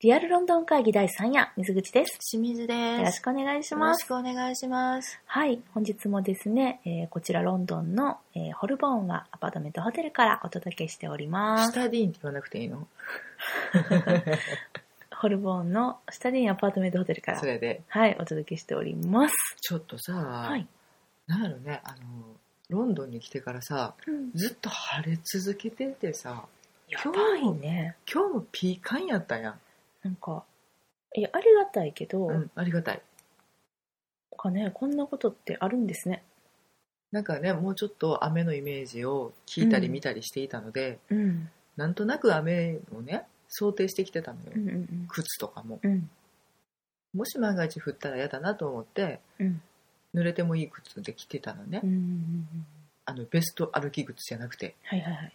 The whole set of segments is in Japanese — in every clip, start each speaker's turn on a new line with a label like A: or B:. A: リアルロンドン会議第3夜、水口です。
B: 清水です。
A: よろしくお願いします。
B: よろしくお願いします。
A: はい、本日もですね、えーこちらロンドンの、えーホルボーンがアパートメントホテルからお届けしております。
B: スタディーンって言わなくていいの
A: ホルボーンの下でにアパートメントホテルから
B: そ、れで。
A: はい、お届けしております。
B: ちょっとさ、
A: はい。
B: なんやろね、あの、ロンドンに来てからさ、ずっと晴れ続けててさ、
A: やばいね。
B: 今日もピーカンやったやん。
A: なんか、いや、ありがたいけど、
B: うん、ありがたい。
A: なんかね、こんなことってあるんですね。
B: なんかね、もうちょっと雨のイメージを聞いたり見たりしていたので、
A: うん。
B: なんとなく雨をね、想定してきてたのよ。
A: うんうん
B: 靴とかも。
A: うん。うん。
B: もし万が一降ったら嫌だなと思って、
A: うん。
B: 濡れてもいい靴で着てたのね。
A: うんうんうん。
B: あの、ベスト歩き靴じゃなくて。
A: はいはいはい。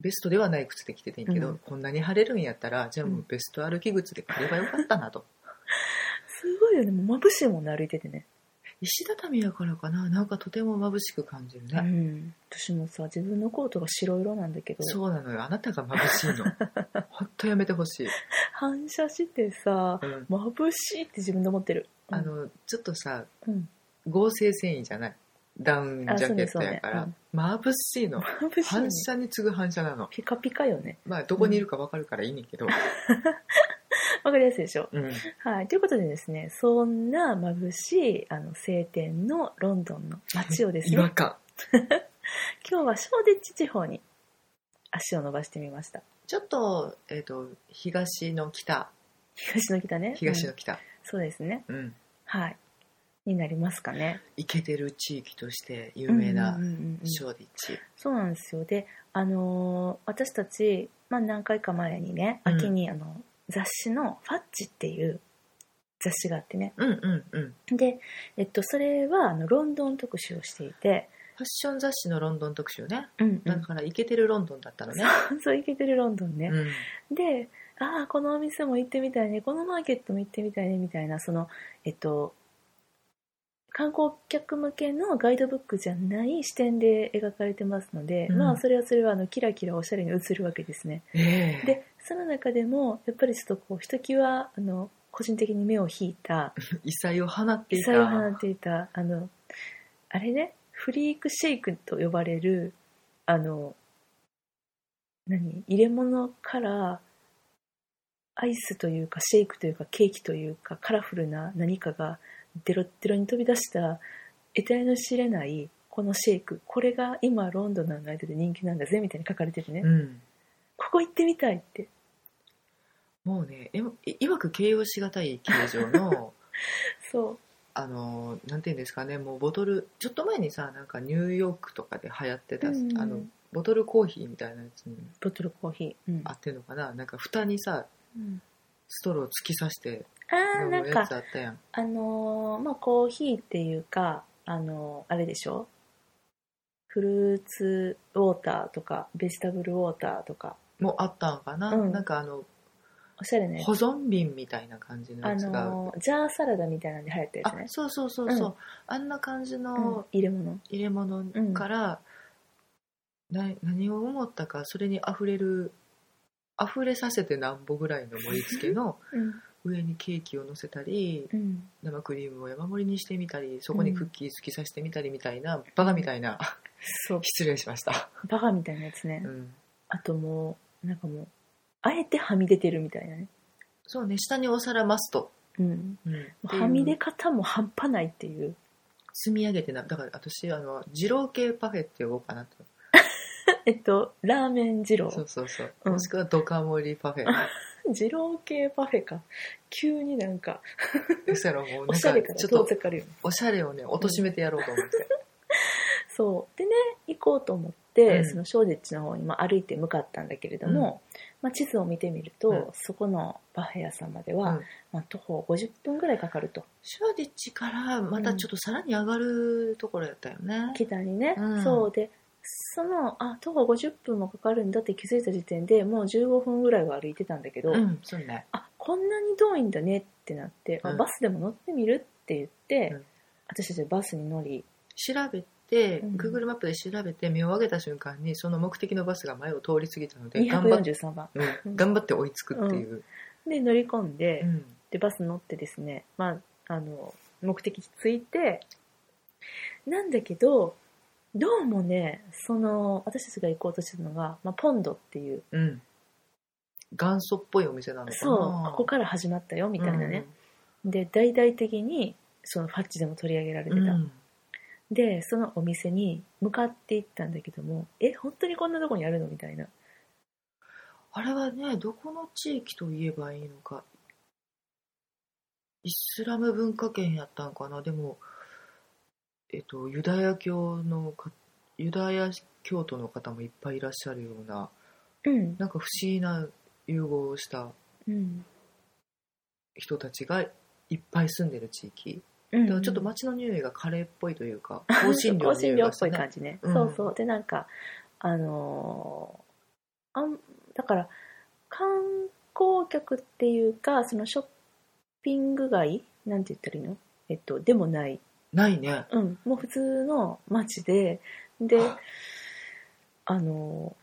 B: ベストではない靴で着ててんけ
A: う
B: ど、
A: ん
B: こんなに晴れるんやったらじゃあもうベスト歩き靴で買えばよかったなと、
A: すごいよね。もう眩しいもんね、歩いててね。
B: 石畳やからかななんかとても眩しく感じるね、
A: うん。私もさ、自分のコートが白色なんだけど、
B: そうなのよあなたが眩しい のほんとやめてほしい、
A: 反射してさ、
B: うん
A: 眩しいって自分で思ってる。
B: あのちょっとさ
A: うん。
B: 合成繊維じゃないダウンジ
A: あそう
B: ャケ
A: ね
B: ットやか
A: そ
B: ら、
A: うね
B: 眩しいの
A: 眩しい、ね
B: 反。射に次ぐ反射なの
A: ピカピカよね。
B: まあどこにいるかわかるからいいねんけど、
A: わかりやすいでしょ。
B: うん
A: はい。ということでですね、そんな眩しい、あの、晴天のロンドンの街をです
B: 違和
A: ね、
B: 感
A: 今日はショーディッチ地方に足を伸ばしてみました。
B: ちょっと,、えー、と東の北
A: 東の北ね。
B: 東
A: う
B: の
A: ん
B: 北
A: そうですね。
B: うん
A: はい。になりますかね。
B: イケてる地域として有名な
A: うんうんうんうん
B: ショーディッチ、
A: そうなんですよ。で、あのー私たち、まあ、何回か前にね、
B: うん
A: 秋にあの雑誌の「ファッチ」っていう雑誌があってね。
B: うんうんうん
A: で、えっと、それはあのロンドン特集をしていて、
B: ファッション雑誌のロンドン特集ね
A: うんう
B: だ
A: ん、
B: からイケてるロンドンだったのね、
A: そういけてるロンドンね。
B: うん
A: で、ああ、このお店も行ってみたいね、このマーケットも行ってみたいね、みたいな、その、えっと、観光客向けのガイドブックじゃない視点で描かれてますので、
B: うん
A: まあ、それはそれはあのキラキラおしゃれに映るわけですね。
B: ええ
A: でその中でもやっぱりちょっとこうひときわあの個人的に目を引いた
B: 異彩を放ってい
A: 異
B: た
A: 彩を放っていたあのあれねフリークシェイクと呼ばれるあの何入れ物からアイスというかシェイクというかケーキというかカラフルな何かがデロッデロに飛び出した得体の知れないこのシェイクこれが今ロンドンの間で人気なんだぜみたいに書かれててね、
B: うん、
A: ここ行ってみたいって
B: もうねえいいわく形容しがたい形状の
A: そう
B: あのなんていうんですかねもうボトルちょっと前にさなんかニューヨークとかで流行ってた、
A: うん
B: あのボトルコーヒーみたいなやつに
A: ボトルコーヒー。うん
B: あってんのかななんか蓋にさストロー突き刺して
A: あー
B: 飲
A: な
B: む
A: ん
B: や
A: か
B: つ、あったやん
A: あのーまあ、コーヒーっていうか、あのーあれでしょフルーツウォーターとか、ベジタブルウォーターとか、
B: もうあったんかな、
A: うん
B: なんかあの
A: おしゃれなや
B: 保
A: つ。
B: 存瓶みたいな感じの
A: あ
B: やつが、
A: のージャーサラダみたいなんで流行ったや
B: あ
A: つね。
B: そうそうそうそう、
A: うん
B: あんな感じ
A: うん
B: の
A: 入れ物。
B: 入れ物から、な何を思ったかそれに溢れる溢れさせてなんぼぐらいの盛り付け の
A: うん。
B: 上にケーキを乗せたり
A: うん。
B: 生クリームを山盛りにしてみたりそこにクッキー突き刺してみたりみたいな、バカみたいな
A: そう、
B: 失礼しました、
A: バカみたいなやつね
B: う。ん、
A: あともう、なんかもう、あえてはみ出てるみたいなね。
B: そうね下にお皿マスト、
A: うん。
B: うんっていう
A: はみ出方も半端ないっていう。
B: 積み上げてなだから私あの二郎系パフェって呼ぼうかなと
A: えっと、ラーメン二郎。
B: そうそうそう、
A: うん
B: もしくはドカ盛りパ フェ
A: 二郎系パフェか。急になんか、
B: そやろもう
A: お
B: なん
A: しゃ
B: か
A: れから
B: ちょっ
A: 遠
B: と
A: ざかるよね。
B: おしゃれをね貶としめてやろうと思って、
A: そう。でね、行こうと思って、
B: うん
A: そのショーディッチの方に、まあ、歩いて向かったんだけれども、まあ、地図を見てみると、
B: うん
A: そこのパフェ屋さんまでは、
B: うん
A: まあ、徒歩50分ぐらいかかると。
B: シュワディッチからまたちょっとさらに上がるところやったよね、
A: 北にね、
B: うん
A: そうで、その、あ、徒歩50分もかかるんだって気づいた時点でもう15分ぐらいは歩いてたんだけど、
B: うんそうね
A: あ、こんなに遠いんだねってなって、あ
B: うん
A: バスでも乗ってみるって言って、
B: うん
A: 私たちバスに乗り、
B: 調べて、
A: うん
B: Google マップで調べて目を上げた瞬間にその目的のバスが前を通り過ぎたので頑張って、
A: 243番。
B: うん頑張って追いつくっていう、
A: で乗り込んで、
B: うん
A: でバス乗ってですね、まあ、あの目的地着いてなんだけどどうもねその私たちが行こうとしてたのが、まあ、ポンドっていう
B: うん元祖っぽいお店なのかな
A: そうここから始まったよみたいなね、で大々的にそのファッチでも取り上げられ
B: う
A: て
B: ん、
A: た、
B: うん
A: でそのお店に向かって行ったんだけどもえ本当にこんなとこにあるのみたいな
B: あれはねどこの地域と言えばいいのかイスラム文化圏やったんかなでもえっとユダヤ教のかユダヤ教徒の方もいっぱいいらっしゃるような
A: うん、
B: なんか不思議な融合をした
A: うん
B: 人たちがいっぱい住んでる地域、
A: うん、
B: でもちょっと街の匂いがカレーっぽいとい うか香辛料
A: 香
B: の匂
A: 辛
B: い
A: 料
B: が
A: っ
B: し
A: ぽ
B: た
A: い
B: ね
A: 感じね、
B: うん
A: そうそうでなんかあのーあんだから観光客っていうかそのショッピング街なんて言ったらいいのえっとでもない、
B: ないね
A: うん、もう普通の街でで
B: は
A: あのー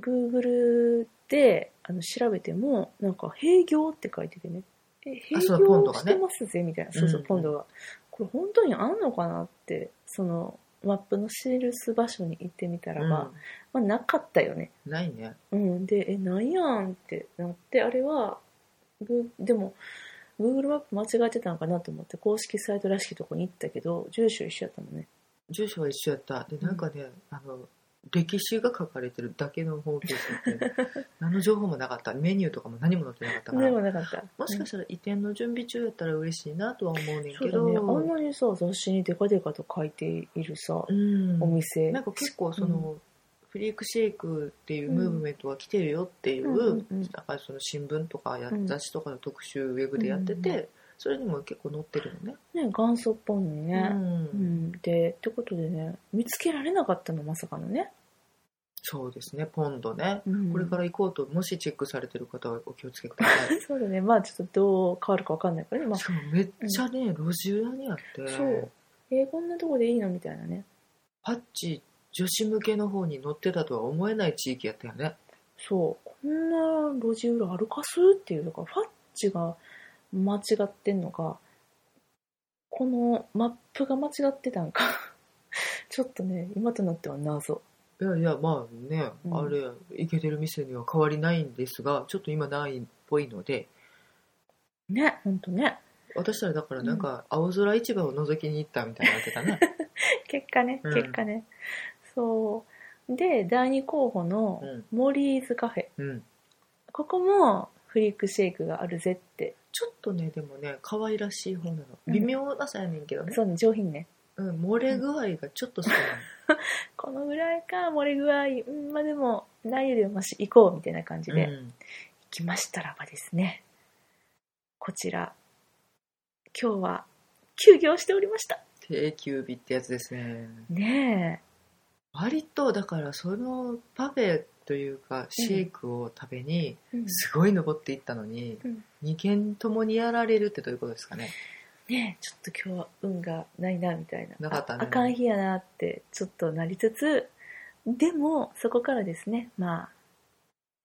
A: Google であの調べてもなんか「閉業」って書いててね「え
B: あ
A: 閉
B: そのポン
A: 業
B: ドが
A: し
B: ね
A: てますぜ」みたいなそうそううんポンドが、これ本当にあんのかなってそのマップの記す場所に行ってみたらば、まあ、なかったよね、
B: うんないね
A: うん、でえなんやんってなってあれはグーでも Google マップ間違えてたのかなと思って公式サイトらしきとこに行ったけど住所一緒やったもんね
B: 住所は一緒やったでなんかね、あの歴史が書かれてるだけのホームページだって 何の情報もなかったメニューとかも何も載ってなかったか
A: で
B: ら
A: もなかった
B: もしか
A: し
B: したら移転の準備中やったら嬉しいなとは思うねん
A: そ
B: け
A: うだ
B: ど
A: ねあんなにさ雑誌にデカデカと書いているさ、
B: うん
A: お店
B: なんか結構その、フリークシェイクっていうムーブメントは来てるよっていう、
A: うんうんうん
B: なんかその新聞とかや
A: うん
B: 雑誌とかの特集ウェブでやってて、
A: うん
B: それにも結構載ってるのね。
A: ね元祖っぽいの
B: う
A: ね、う
B: ん
A: ん、でってことでね見つけられなかったのまさかのね、
B: そうですねポンドね、
A: うん
B: これから行こうともしチェックされてる方はお気をつけください。
A: そうだねまあちょっとどう変わるかわかんないからね、まあ
B: し、かもめっちゃね、路地裏にあって
A: そうえーこんなとこでいいのみたいなね
B: パッチ女子向けの方に乗ってたとは思えない地域やったよね。
A: そうこんな路地裏歩かすっていうのかファッチが間違ってんのかこのマップが間違ってたんか ちょっとね今となっては謎
B: いやいやまあね、
A: うん
B: あれ行けてる店には変わりないんですがちょっと今ないっぽいので
A: ねほんとね
B: 私たらだからなんか青空市場を覗きに行ったみたいになってた ね
A: 結果ね
B: うん
A: 結果ね、そうで第2候補の
B: うん
A: モリーズカフェ
B: うん
A: ここもフリークシェイクがあるぜって
B: ちょっとねでもね可愛らしい方なの
A: うん
B: 微妙なさやねんけどね、
A: そうね上品ね
B: うん漏れ具合がちょっと少ない、
A: このぐらいか漏れ具合うんまあでもないよりはまし行こうみたいな感じで、
B: う
A: 行
B: ん
A: きましたらばですねこちら今日は休業しておりました
B: 定休日ってやつですね
A: ね
B: 割とだからそのパフェというかシェイクを食べに
A: え、うん
B: すごい登っていったのに、
A: うん
B: 2軒ともにやられるってどういうことですかね
A: ねえちょっと今日は運がないなみたいな
B: なかったね
A: ああかん日やなってちょっとなりつつでもそこからですねまあ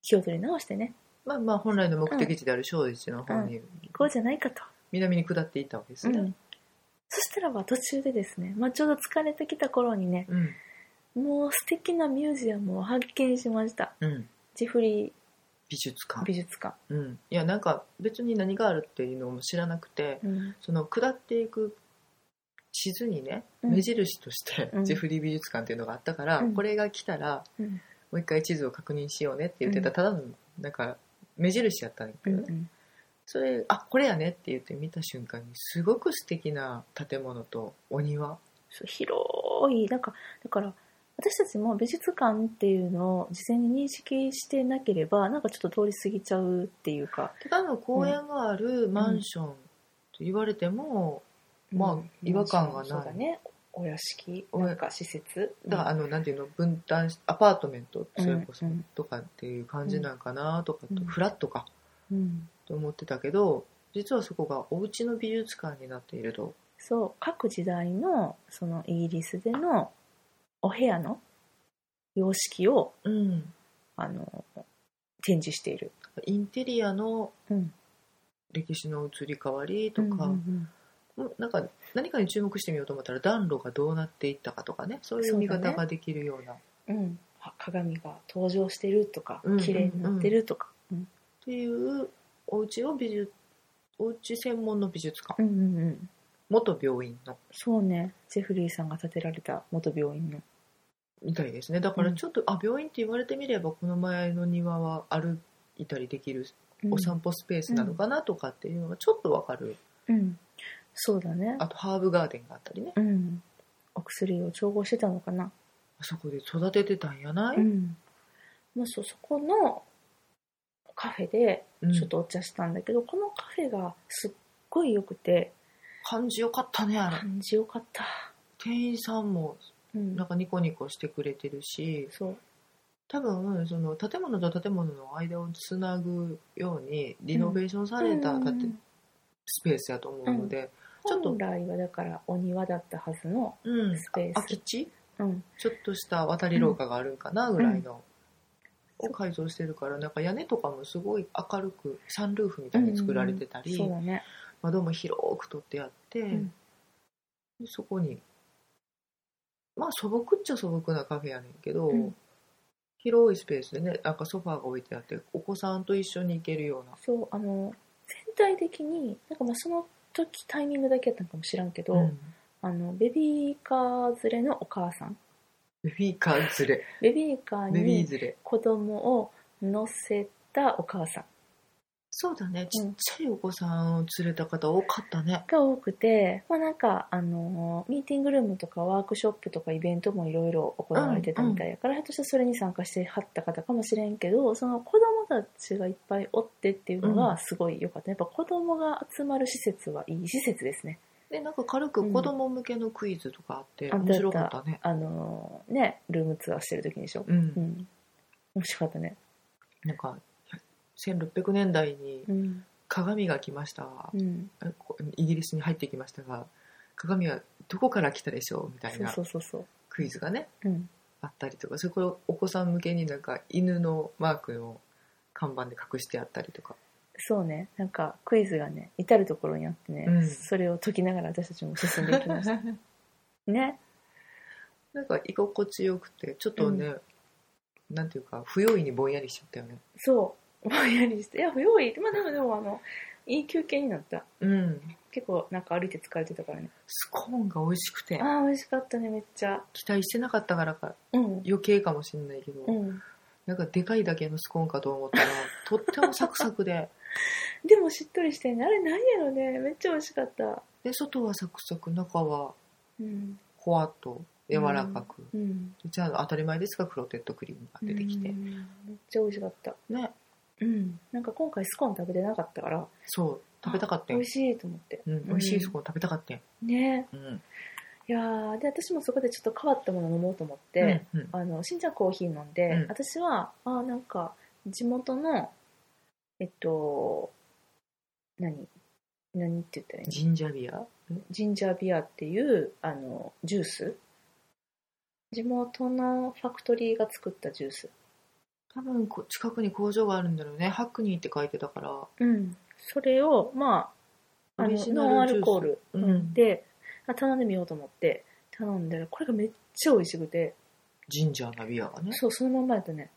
A: 気を取り直してね
B: まあまあ本来の目的地である小一の方に
A: 行こうじゃないかと
B: 南に下っていったわけですね。
A: そしたらば途中でですね、まあ、ちょうど疲れてきた頃にね
B: うん。
A: もう素敵なミュージアムを発見しました
B: うん。
A: ジフリ
B: 美術
A: ー
B: 館。
A: 美術館、
B: うん。いやなんか別に何があるっていうのも知らなくて、
A: うん
B: その下っていく地図にね、
A: うん
B: 目印として
A: うん
B: ジェフリー美術館っていうのがあったから、
A: うん
B: これが来たら
A: うん
B: もう一回地図を確認しようねって言ってた、
A: うん
B: ただのなんか目印やったんだけどね。それ、あ、これやねって言って見た瞬間にすごく素敵な建物とお庭。
A: そう広いなんかだから私たちも美術館っていうのを事前に認識してなければなんかちょっと通り過ぎちゃうっていうか、
B: ただの公園があるマンションと言われても、まあ
A: うん
B: 違和感がない
A: そうだねお屋敷
B: おや
A: なんか施設
B: だからあのなんていうの分担しアパートメント
A: うん
B: それこそ
A: うん
B: とかっていう感じなんかなとかと、
A: うん
B: フラットか
A: うん
B: と思ってたけど実はそこがお家の美術館になっていると
A: そう各時代のそのイギリスでのお部屋の様式を
B: うん
A: あの展示している。
B: インテリアの
A: うん
B: 歴史の移り変わりとか、
A: うん
B: うんなんか何かに注目してみようと思ったら暖炉がどうなっていったかとかねそういう見
A: そうだ
B: 方
A: ね
B: ができるようなっ
A: うんうんうんあ鏡が登場してるとか
B: うんうんうん
A: 綺麗になってるとか。うん
B: ていうお家を美術お家専門の美術館
A: うんうんうん
B: 元病院の
A: そうねジェフリーさんが建てられた元病院の。
B: みたいですねだからちょっと、あ病院って言われてみればこの前の庭は歩いたりできる
A: うん
B: お散歩スペースなのかなとかっていうのがちょっとわかる、
A: うん、そうだね。
B: あとハーブガーデンがあったりね
A: うん、お薬を調合してたのかな。
B: あそこで育ててたんやない、
A: うん、もうそそこのカフェで
B: うん
A: ちょっとお茶したんだけど、このカフェがすっごい良くて
B: 感じよかったねあれ
A: 感じよかった。
B: 店員さんも
A: うん
B: なんかニコニコしてくれてるし
A: そう
B: 多分その建物と建物の間をつなぐようにリノベーションされた
A: うん
B: 建てスペースやと思うので、ちょっと
A: 本来はだからお庭だったはずの
B: うん
A: スペース
B: 空き地
A: うん、
B: ちょっとした渡り廊下があるんかなぐらいの、
A: うん
B: を改造してるからなんか屋根とかもすごい明るくサンルーフみたいに作られてたり、
A: そうだね。
B: 窓も広く取ってあって、
A: ん
B: でそこにまあ素朴っちゃ素朴なカフェやねんけど、
A: うん
B: 広いスペースでねなんかソファーが置いてあってお子さんと一緒に行けるよ
A: そうあの全体的になんかまあその時タイミングだけやったのかもしらんけ
B: う
A: ど、
B: な、
A: あのベビーカー連れのお母さん
B: ベビーカー連れ
A: ベビーカー
B: ベビ
A: に
B: ー連れ
A: 子供を乗せたお母さん
B: そうだねちっちゃいお子さんを連れた方多かったね
A: が多くて、まあ、なんかあのミーティングルームとかワークショップとかイベントもいろいろ行われてたみたいやから、ひょっとしてそれに参加してはった方かもしれんけどその子供たちがいっぱいおってっていうの
B: う
A: がすごい良かった、やっぱ子供が集まる施設はいい施設ですね
B: でなんか軽く子供向けのクイズとかあって、
A: うん
B: 面白かったね
A: あのねルームツアーしてる時にでしょ
B: うん、
A: うん面白かったね
B: なんか1600年代に
A: うん、
B: 鏡が来ました、
A: うん、
B: あこイギリスに入ってきましたが鏡はどこから来たでしょうみたい
A: そう
B: な
A: そうそうそう
B: クイズがね
A: うん
B: あったりとかそれこそお子さん向けになんか犬のマークの看板で隠してあったりとか
A: そうね、なんかクイズがね、至る所にあってね、
B: うん
A: それを解きながら私たちも進んでいきま した。ね。
B: なんか居心地よくてちょっとね、なんていうか不用意にぼんやりしちゃったよね
A: そう。ぼんやりして。いや、不用意。まあでもでも、あの、いい休憩になった。
B: うん
A: 結構なんか歩いて疲れてたからね。
B: スコーンが美味しくて
A: ああ、美味しかったね、めっちゃ。
B: 期待してなかったからか
A: うん。
B: 余計かもしれないけど、
A: うん。
B: なんかでかいだけのスコーンかと思ったらとってもサクサクで
A: でもしっとりしてんね。あれ何やろね。めっちゃ美味しかった。
B: で外はサクサク中は
A: うん。
B: ほわっと柔らかく、
A: うん。
B: じゃあ当たり前ですがクロテッドクリームが出てきて、
A: うんめっちゃ美味しかった。
B: ね
A: うん。なんか今回スコーン食べてなかったから、
B: そう食べたかった
A: 美
B: よ
A: 味しいと思って。
B: うん、美味しいそこ食べたかったよ、
A: ね
B: うん、
A: いやーで私もそこでちょっと変わったもの飲もうと思って、
B: うんうん
A: あのしんちゃんコーヒー飲んで、
B: うん
A: 私はあーなんか地元のえっと何何って言ったらいいの
B: ジンジャービア
A: ジンジャービアっていうあのジュース地元のファクトリーが作ったジュース
B: 多分こ近くに工場があるんだろうねハックニーって書いてたから
A: うんそれをまああ
B: オリ
A: の
B: ジナル
A: ノンアルコー
B: ジ
A: ル、
B: ュース
A: うん
B: うん
A: であ頼んでみようと思って頼んだらこれがめっちゃ美味しくて
B: ジンジャーなビアがね
A: そうそのまんまやったね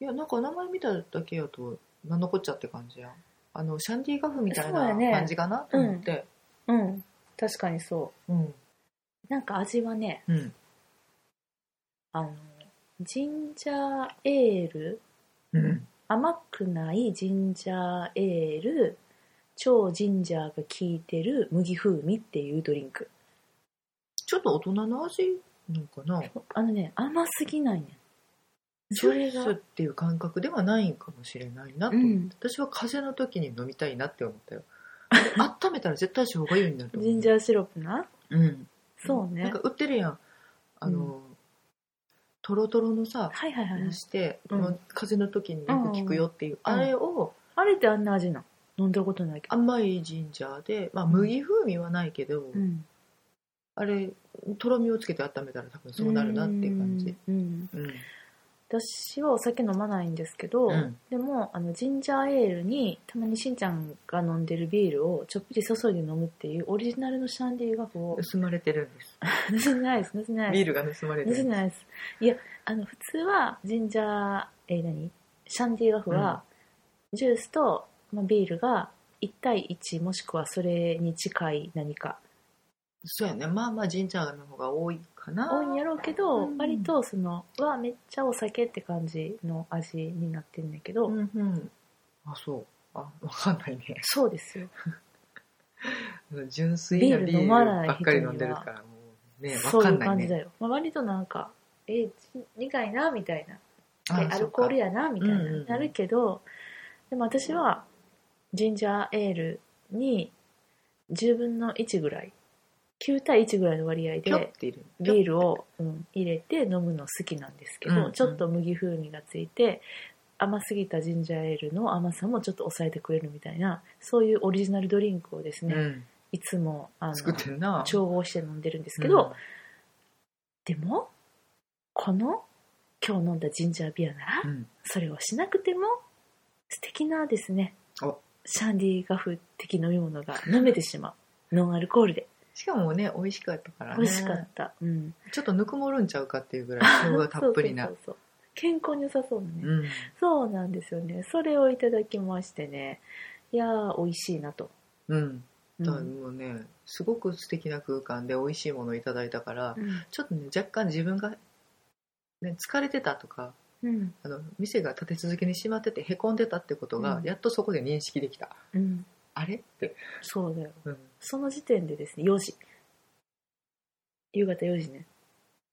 B: いやなんか名前見ただけやと何のこっちゃって感じやんあのシャンディガフみたい
A: そうや
B: な
A: ね
B: 感じかなと思って
A: うん確かにそう
B: うん
A: なんか味はね、
B: うん
A: あの、ジンジャーエール、
B: うん
A: 甘くないジンジャーエール、超ジンジャーが効いてる麦風味っていうドリンク。
B: ちょっと大人の味なんかな
A: あのね、甘すぎないねん。
B: ジ
A: そ
B: ュ
A: れ
B: ー
A: が
B: ス、っていう感覚ではないんかもしれないなと、
A: うん
B: 私は風邪の時に飲みたいなって思っ たよ温めたら絶対生姜湯になると思う
A: ジンジャーシロップな。
B: うん
A: そうね。
B: なんか売ってるやんあの、
A: う
B: トロトロのさ
A: はいはいはいはい
B: に。して、
A: うん
B: この風邪の時によく効くよっていう、
A: うん
B: あれを
A: あれってあんな味なん飲んだことないけど。
B: 甘いジンジャーで、まあ、麦風味はないけど、
A: うん。
B: あれとろみをつけて温めたら多分そうなるなっていう感じ
A: うん。
B: うん、
A: 私はお酒飲まないんですけど、
B: うん
A: でもあのジンジャーエールにたまにしんちゃんが飲んでるビールをちょっぴり注いで飲むっていうオリジナルのシャンディーがこう
B: 盗まれてるんです。
A: 盗んでないです盗んでない
B: ビ
A: で
B: ールが盗まれ
A: す盗ん
B: て
A: で
B: る。
A: ないですいやあの普通はジンジャーえー何シャンディーガフは、ジュースと、まあ、ビールが1対1もしくはそれに近い何か
B: そうやね。まあまあ、ジンジャーの方が多いかな。
A: 多いんやろうけど、
B: うん
A: 割とそのうわめっちゃお酒って感じの味になってんだけど、
B: うんうん。あ、そう。あ、わかんないね。
A: そうですよ
B: 純粋なビ
A: ビール飲ま
B: ー
A: な
B: ル
A: い
B: ばっかり飲んでるから、もうね、わかんない
A: そういう感じだ
B: ね。
A: よ、まあ、割となんかえーち苦いなみたいな
B: あ
A: でアルコール。やなみたい
B: うんうんう
A: なんなるけど、でも私はジンジャーエールに10分の1ぐらい9対1ぐらいの割合
B: そうかピョ
A: で
B: っている。
A: ビールを、うん入れて飲むの好きなんですけど、
B: うんうん
A: ちょっと麦風味がついて甘すぎたジンジャーエールの甘さもちょっと抑えてくれるみたいなそういうオリジナルドリンクをですね、
B: うん。
A: いつもあの
B: 作ってんな。
A: 調合して飲んでるんですけど、でもこの今日飲んだジンジャービアなら、
B: うん、うん。
A: それをしなくても素敵なですね
B: お
A: シャンディガフ的飲み物が飲めてしまうノンアルコールで
B: しかもね、美味しかったからね。
A: 美味しかった、うん、
B: ちょっとぬくもるんちゃうかっていうぐ らい、生姜たっぷりな
A: そう。そうそうそう健康に良さそうなね、
B: うん。
A: そうなんですよねそれをいただきましてねいやー美味しいなと、
B: うん。
A: うん
B: だからもうね、すごく素敵な空間で美味しいものをいただいたから、
A: うん
B: ちょっとね、若干自分が、ね、疲れてたとか、
A: うん
B: あの店が立て続けに閉まっててへこんでたってことが、
A: うん
B: やっとそこで認識できた
A: うん
B: あれって、
A: そうだよ
B: うん、
A: その時点でですね4時夕方4時ね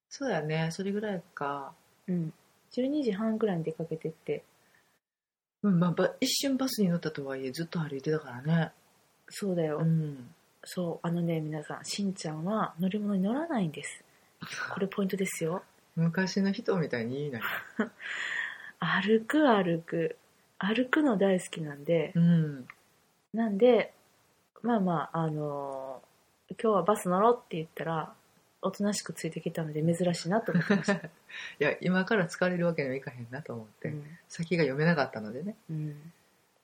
B: そうやねそれぐらいか、
A: うん12時半ぐらいに出かけてって
B: うんまあば、一瞬バスに乗ったとはいえずっと歩いてたからね
A: そうだよ、
B: うん
A: そうあのね皆さんしんちゃんは乗り物に乗らないん ですこれポイントですよ
B: 昔の人みたいに言いない、
A: 歩く歩く歩くの大好きなんで
B: うん、
A: なんでまあまああのー今日はバス乗ろうって言ったらおとなしくついてきたので珍しいなと思ってました、
B: いや今から疲れるわけにはいかへんなと思っ て、
A: うん
B: 先が読めなかったのでね
A: うん、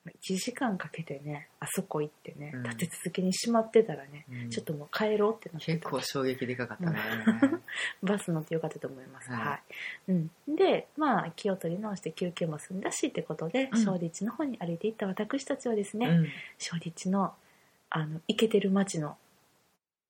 A: 1時間かけてねあそこ行ってね
B: うん
A: 立て続けにしまってたらね、
B: うん
A: ちょっともう帰ろうってなって
B: 結
A: た
B: 構衝撃でかかったね、
A: バス乗ってよかったと思います。
B: はい
A: はい。うん。で、まあ、気を取り直して休憩も済んだしってことで、
B: うん
A: 小立地の方に歩いていった私たちはですね、
B: うん
A: 小立地の、あの、イケてる街の、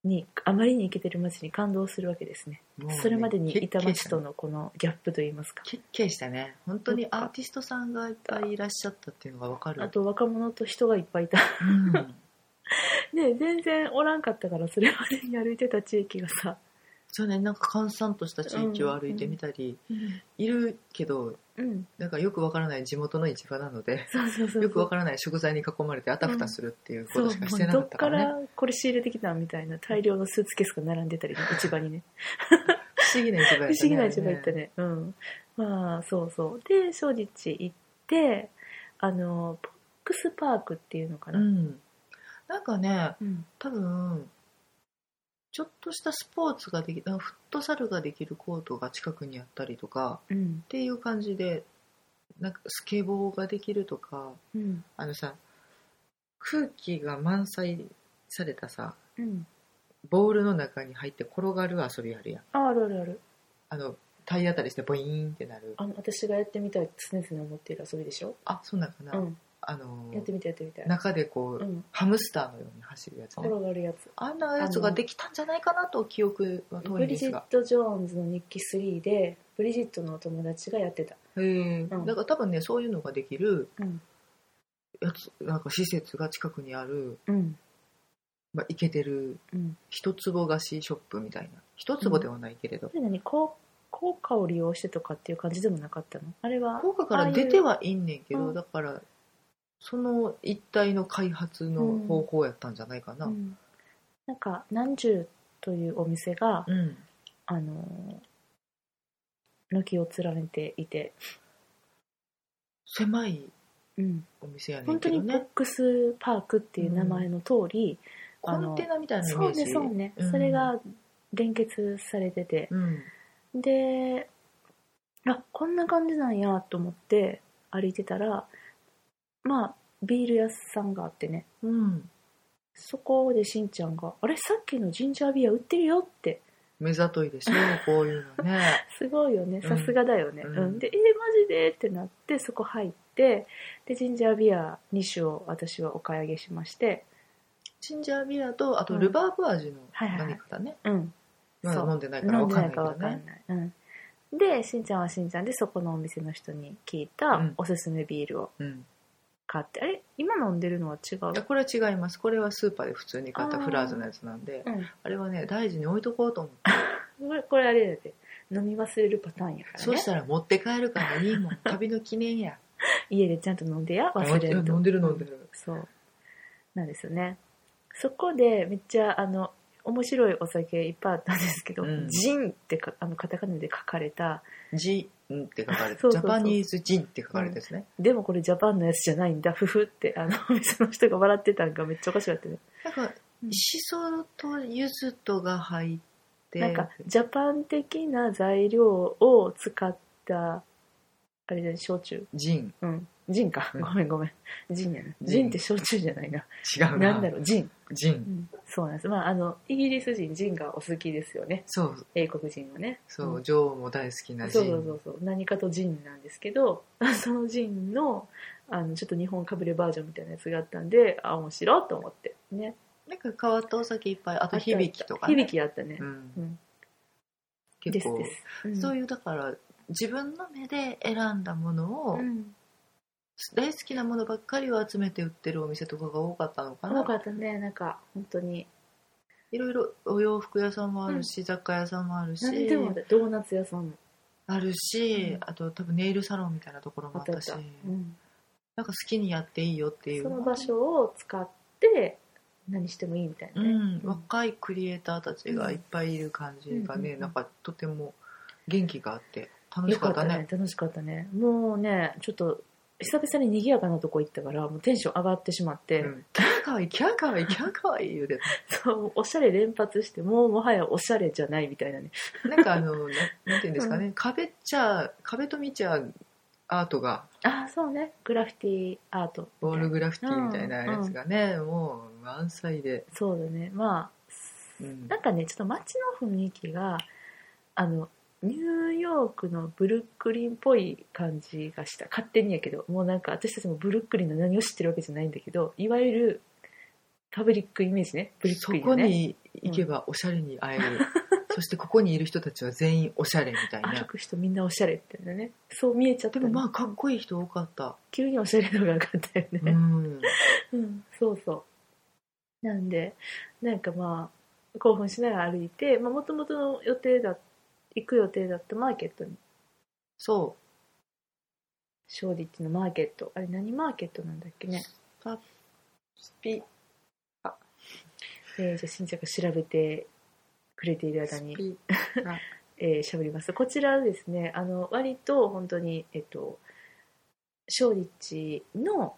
A: に、あまりにイケてる街に感動するわけですね。
B: もうね
A: それまでにいた街と
B: 決
A: のこのギャップといいますか。
B: 決決したね本当にアーティストさんがいっぱいいらっしゃったっていうのがわかる
A: あと若者と人がいっぱいいた。
B: うん
A: ね全然おらんかったから、それまでに歩いてた地域がさ、
B: そうねなんか閑散とした地域を歩いてみたり、いるけど
A: うん、
B: なんかよくわからない地元の市場なので
A: そうそうそうそう。
B: よくわからない食材に囲まれてあたふたするっていうことしかしてなか
A: どっ
B: ったか
A: から
B: ね、
A: らこれ仕入れてきたみたいな大量のスーツケースが並んでたりね市場にね
B: 不思議な市場や った
A: 不
B: ね
A: 思議な市場行ったねうんまあそうそうで正直行ってあのポックスパークっていうのか
B: う
A: な、
B: んなんかね
A: うん
B: 多分ちょっとしたスポーツができなんかフットサルができるコートが近くにあったりとか
A: うん
B: っていう感じでなんかスケボーができるとか
A: うん
B: あのさ空気が満載されたさ
A: うん
B: ボールの中に入って転がる遊びあるやん
A: ああるあるある
B: あの体当たりしてボイーンってなる
A: あの私がやってみたいって常々思っている遊びでしょ、
B: あそうなんかな、
A: うん、
B: あの
A: やってみたいやってみたい、
B: 中でこ
A: う
B: う、
A: ん、
B: ハムスターのように走るやつね
A: 転がるやつ
B: あんなやつができたんじゃないかなと記憶は遠
A: ブ
B: いん
A: リ
B: で
A: ジ
B: す
A: ッ
B: が
A: ト・ジョーンズの日記3でブリジットのお友達がやってた、
B: へえ
A: うん
B: だから多分ねそういうのができる
A: うん
B: やつなんか施設が近くにある
A: うん
B: まあ、イケてる
A: うん、
B: 一坪菓子ショップみたいな一坪ではないけれど、
A: それ何効効果を利用してとかっていう感じでもなかったのあれは
B: 効果から出て
A: あ
B: はいんねんけど、
A: うん
B: だからその一体の開発の方法やったんじゃないか
A: あ
B: な
A: いううんなんか何十というお店が、
B: うん
A: あのー軒を連ねていて、
B: 狭い
A: うん、
B: お店やねん
A: 本当
B: け
A: にボ
B: ど
A: ッ
B: ね
A: クスパークっていう名前の通り、
B: コンテナみたいなイメ
A: そう
B: ージ
A: ねそうね、
B: ん
A: それが連結されてて、
B: うん
A: であこんな感じなんやと思って歩いてたらまあビール屋さんがあってね
B: うん。
A: そこでしんちゃんが「あれさっきのジンジャービア売ってるよ」って
B: 目ざとい でしょ、こういうのね。
A: すごいよね
B: うん
A: さすがだよね、う
B: うんん
A: で「えー、マジで?」ってなってそこ入ってでジンジャービア2種を私はお買い上げしまして
B: ジンジャービアと、あとルバーブ味の
A: はいはいはい
B: 何かだね。
A: うん
B: まだ
A: そう
B: 飲んでないから
A: 飲ん
B: 分
A: で
B: かん
A: な
B: ないいけ
A: か
B: ど
A: わか
B: ね
A: ん。ない、うん、でしんちゃんはしんちゃんでそこのお店の人に聞いた
B: うん
A: おすすめビールを
B: うん。
A: 買って、あれ今飲んでるのは違う
B: いやこれは違います。これはスーパーで普通に買ったフラーズのやつなんで、
A: うん
B: あれはね、大事に置いとこうと思って。
A: これこれあれだって飲み忘れるパターンやから
B: そう
A: ね
B: したら持って帰るからいいもん。 旅の記念や。
A: 家でちゃんと飲んでや忘れ
B: いや
A: ると
B: 飲んでる飲んでる。
A: そうなんですよねそこでめっちゃあの面白いお酒いっぱいあったんですけど「
B: うん
A: ジン」ってかあのカタカナで書かれた
B: ジンって書かれて
A: そうそうそう
B: ジャパニーズジンって書かれてですね。
A: でもこれジャパンのやつじゃないんだふふってあのお 店の人が笑ってたんがめっちゃおかしかったね
B: なんか、
A: うん
B: しそとゆずとが入って、
A: なんかジャパン的な材料を使ったあれだね焼酎
B: ジン。
A: うんジンか
B: うん
A: ごめんごめんジンやな
B: ジン
A: ジンって焼酎じゃないな
B: 違うな。
A: なんだろうジン、
B: ジ
A: う
B: ン。
A: ん、そうなんですまああのイギリス人ジンがお好きですよね
B: そう、
A: 英国人はね
B: そう、
A: うん
B: 女王も大好きなジ
A: そ
B: ン。
A: うそうそうそう何かとジンなんですけど そのジンのあのちょっと日本かぶれバージョンみたいなやつがあったんであ面白いと思ってね
B: なんか変わったお酒いっぱい、あと響きとか、ね。
A: 響きあったね
B: う、。
A: うんん、で
B: 結
A: す
B: 構、
A: です、うん、
B: そう
A: い
B: いう、だから、自分の目で選んだものを、
A: うん、
B: 大好きなものばっかりを集めて売ってるお店とかが多かったのかな
A: 多かったねなんか本当に
B: いろいろお洋服屋さんもあるし、雑貨屋さんもあるし
A: 何でもあるドーナツ屋さんも
B: あるし、
A: うん
B: あと多分ネイルサロンみたいなところ
A: あ
B: もあ
A: っ
B: った
A: あ
B: た
A: っ
B: し、
A: た、うん、
B: なんか好きにやっていいよっていう
A: その場所を使って何してもいいみたいな
B: う
A: ね、
B: ん、若いクリエイターたちがいっぱいいる感じがね、
A: うん
B: なんかとても元気があって楽し
A: よ
B: か
A: か
B: っ
A: った
B: た
A: ね
B: ね
A: 楽しかったねもうねちょっと久々に賑やかなとこ行ったからもうテンション上がってしまって、
B: うんキャーかわいいキャーかわいいキャーかわいい言うて
A: そうおしゃれ連発してもうもはやおしゃれじゃないみたいなね
B: たなんかあのななんていうんですかね、壁っちゃ壁と見ちゃアートが
A: ああそうねグラフィティアート
B: ウォールグラフィティみたいなやつがね、もう満載で、
A: そうだねま
B: う
A: あ
B: ん
A: なんかねちょっと街の雰囲気があのニューヨークのブルックリンっぽい感じがした勝手にやけどもうなんか私たちもブルックリンの何を知ってるわけじゃないんだけどいわゆるパブリックイメージねブルッ
B: そ
A: クリン
B: こ
A: のね
B: に行けばおしゃれに会え る、そしてここにいる人たちは全員おしゃれみたいな
A: 歩く人みんなおしゃれっていうのねそう見えちゃった
B: で
A: ね
B: もまあかっこいい人多かった、
A: 急におしゃれ度が上がったよね、
B: うん
A: うん、そうそう。なんで、なんかまあ、興奮しながら歩いて、まあ、もともとの予定だ、行く予定だったマーケットに、
B: そう
A: ショーディッチのマーケット。あれ、何マーケットなんだっけね。
B: スピ
A: えーじゃあ、しんちゃんが調べてくれている間に、
B: ピ
A: えー、喋ります。こちらですね、あの、割と本当に、えっと、ショーディッチの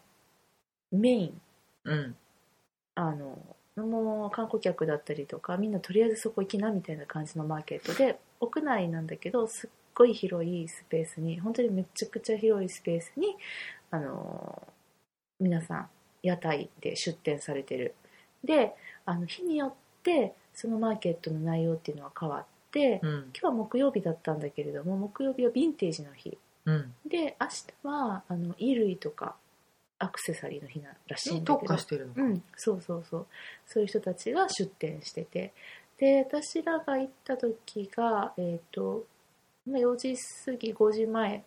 A: メイン、
B: うん
A: あの、もう観光客だったりとかみんなとりあえずそこ行きなみたいな感じのマーケットで屋内なんだけどすっごい広いスペースに本当にめちゃくちゃ広いスペースにあの皆さん屋台で出店されてるであの日によってそのマーケットの内容っていうのは変わって
B: うん
A: 今日は木曜日だったんだけれども木曜日はヴィンテージの日
B: うん
A: で明日はあの衣類とかアクセサリーの日ならしいん
B: に
A: だけ
B: 特
A: ど
B: 化してるのか、
A: うん、そうそうそうそういう人たちが出店しててで私らが行った時がえっ、とまあ4時過ぎ5時前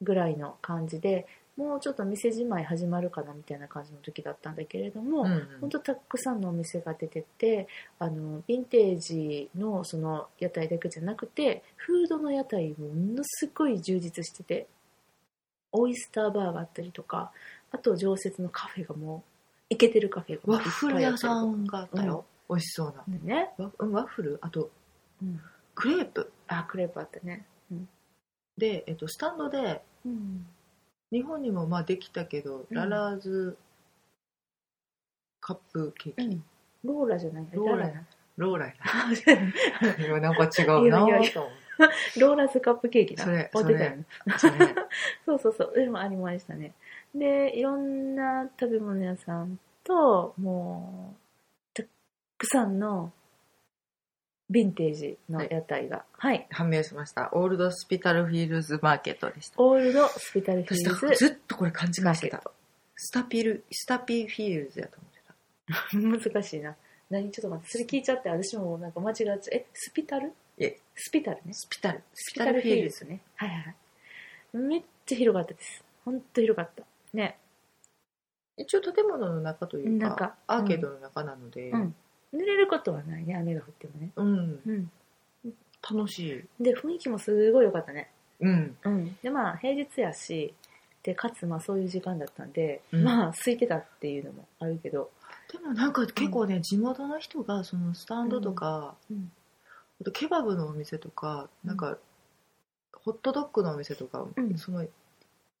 A: ぐらいの感じでもうちょっと店じまい始まるかなみたいな感じの時だったんだけれども、
B: うん
A: 本当たくさんのお店が出ててあのヴィンテージのその屋台だけじゃなくてフードの屋台もものすごい充実しててオイスターバーがあったりとかあと常設のカフェがもうイケてるカフェがも
B: ワ
A: ういっぱ
B: ッ
A: い
B: フル屋さ
A: あっ
B: んがあったよ、美味しそうな
A: たりとかね、
B: ワうんワッフルあと
A: うん、
B: クレープ
A: あクレープあったね
B: で、えっと、スタンドで
A: うん
B: 日本にもまあできたけど、
A: うん
B: ララーズカップケーキ、
A: ローラじゃない
B: ローラや
A: や
B: ローラや
A: あ
B: ないやなんか違うなぁと思って
A: ローラズカップケーキだ。
B: それ、
A: お
B: そ
A: 出たよね
B: れ、それ。
A: そうそうそう。でもありましたね。で、いろんな食べ物屋さんと、もう、たっくさんのヴィンテージの屋台が。はい。
B: 判明しました。オールドスピタルフィールズマーケットでした。
A: オールドスピタルフィ
B: 私
A: ール
B: ずっとこれ勘違い
A: ズマー
B: し
A: ケッ
B: てた。
A: ト。
B: スタピル、スタピフィールズやと思ってた。
A: 難しいな。何ちょっと待って。それ聞いちゃって、私もなんか間違っちゃう。え、スピタル
B: いえ
A: スピタルね。
B: スピタル、ス
A: ス
B: ピタルフィールズ。
A: ズね。はいはいはい。めっちゃ広がったです。ほんと広かった。ね。
B: 一応建物の中という
A: 中
B: か、アーケードの中なので、
A: う
B: うん
A: ん。濡れることはないね、雨が降ってもね。うん。
B: 楽しい。
A: で、雰囲気もすごい良かったね。
B: うん。
A: うん。で、まあ、平日やし、で、かつ、まあ、そういう時間だったんで、
B: うん
A: まあ、空いてたっていうのもあるけど、
B: でもなんか結構ね、地元の人がそのスタンドとか、
A: うん
B: あとケバブのお店とか、
A: うん
B: なんかホットドッグのお店とか、
A: うん
B: その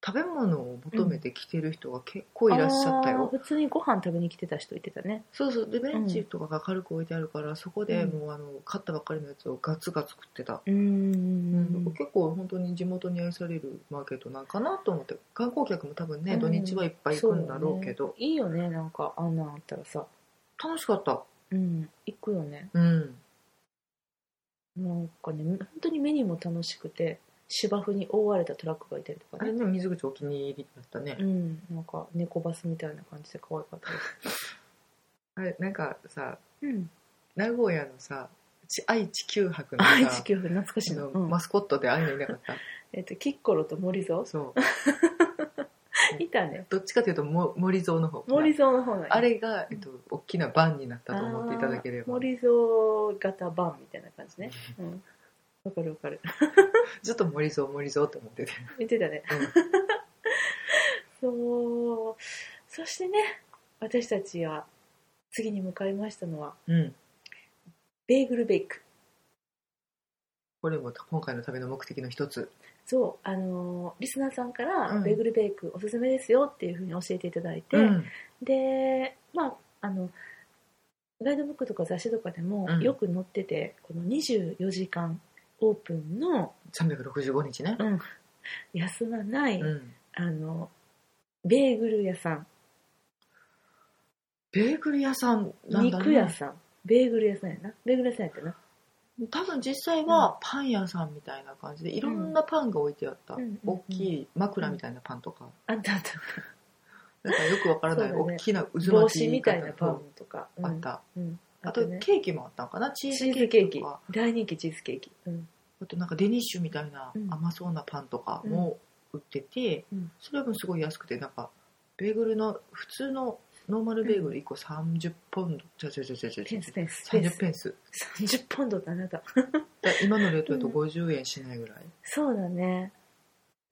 B: 食べ物を求めて来てる人が結構いらっしゃったよ、
A: あー普通にご飯食べに来てた人いてたね。
B: そうそうでベンチとかが軽く置いてあるから、そこでもうあの買ったばっかりのやつをガツガツ食ってた、
A: うーん。
B: 結構本当に地元に愛されるマーケットなんかなと思って観光客も多分ね、
A: うん
B: 土日はいっぱい行くんだろうけど
A: そねいいよねなんかあんなんあったらさ
B: 楽しかった
A: うん行くよね
B: うん
A: なんかね本当に目にも楽しくて芝生に覆われたトラックがいたりと
B: あ
A: か
B: れ
A: ね
B: ね水口お気に入りだったね、
A: うんなんか猫バスみたいな感じで可愛かったです
B: あれなんかさ
A: うん
B: 名古屋のさち愛・知九博のさ
A: 愛知九分懐かしいの、
B: の
A: うん
B: マスコットでああいうのいなかった、
A: えっとキッコロと森蔵
B: そう
A: いたね
B: どっちかというとも森蔵の方
A: 森蔵の方が
B: あれが、えっと、大きなバンになったと思っていただけれ
A: あー
B: ば
A: 森蔵型版みたいな感じねうんわかるわかる
B: ずっと森蔵森蔵って思ってて、
A: 見てたね
B: うん
A: そうそしてね私たちは次に向かいましたのは
B: うん、
A: ベーグルベイク
B: これも今回の旅の目的の一つ
A: そうあのーリスナーさんか
B: う
A: ら
B: ん
A: ベーグルベイクおすすめですよっていうふうに教えていただいて、
B: うん
A: でまああのガイドブックとか雑誌とかでも
B: うん
A: よく載ってて、この24時間オープンの、
B: 365日ね、
A: うん休まない、
B: うん、
A: あのベーグル屋さん
B: ベーグル屋さんなんだ、ね、
A: 肉屋さんベーグル屋さんやなベーグル屋さんやったな
B: 多分実際はパン屋さんみたいな感じでいろんなパンが置いてあった、
A: うん
B: 大きい枕みたいなパンとか、
A: あったあった
B: なんかよくわからない
A: そうだね
B: 大きな渦巻き
A: 帽子みたいなパンとか、うん
B: あった、
A: うん
B: あと
A: ね
B: ケーキもあったのかなチー
A: チ
B: ズ
A: ーズ
B: ケ
A: ケ
B: ー
A: ー
B: キ
A: キ
B: とか
A: 大人気チーズケーキ、うん
B: あとなんかデニッシュみたいな
A: うん
B: 甘そうなパンとかも売ってて、
A: うん
B: それもすごい安くてなんかベーグルの普通のノーマルベーグル1個30ポンド、ちゃちゃちゃちゃちゃ
A: ペンスペンスペン
B: 30
A: ス
B: ペンス
A: 30ポンドってあなた
B: だから今のレートだと50円しないぐらい、
A: そうだね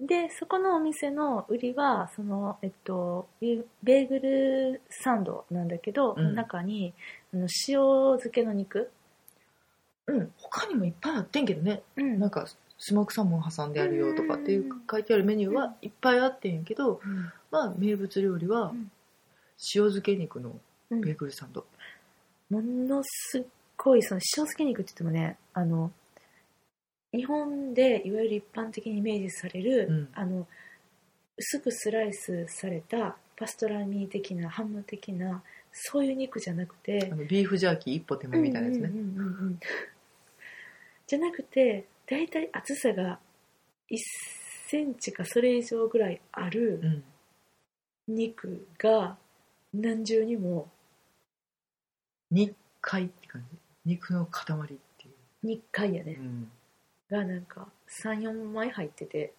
A: でそこのお店の売りはそのえっとゆベーグルサンドなんだけど、
B: うん
A: 中にあの塩漬けの肉、
B: うん、他にもいっぱいあってんけどね
A: うん
B: なんかスモークサーモン挟んであるよとかっていう
A: うん
B: 書いてあるメニューはいっぱいあってんやけど、まあ、名物料理は
A: うん
B: 塩漬け肉の
A: うん
B: ベーグルサンド、
A: ものすっごいその塩漬け肉って言ってもねあの日本でいわゆる一般的にイメージされる、
B: うん
A: あの薄くスライスされたパストラミ的なハム的なそういう肉じゃなくて
B: あのビーフジャーキー一歩手間みたいなやつね、
A: うんうんうんうんうんじゃなくて大体厚さが1センチかそれ以上ぐらいある
B: うん
A: 肉が何重にも
B: 肉塊って感じ肉の塊ってい
A: 2回や
B: う、
A: ね
B: う、ん
A: がなんか34枚入ってて、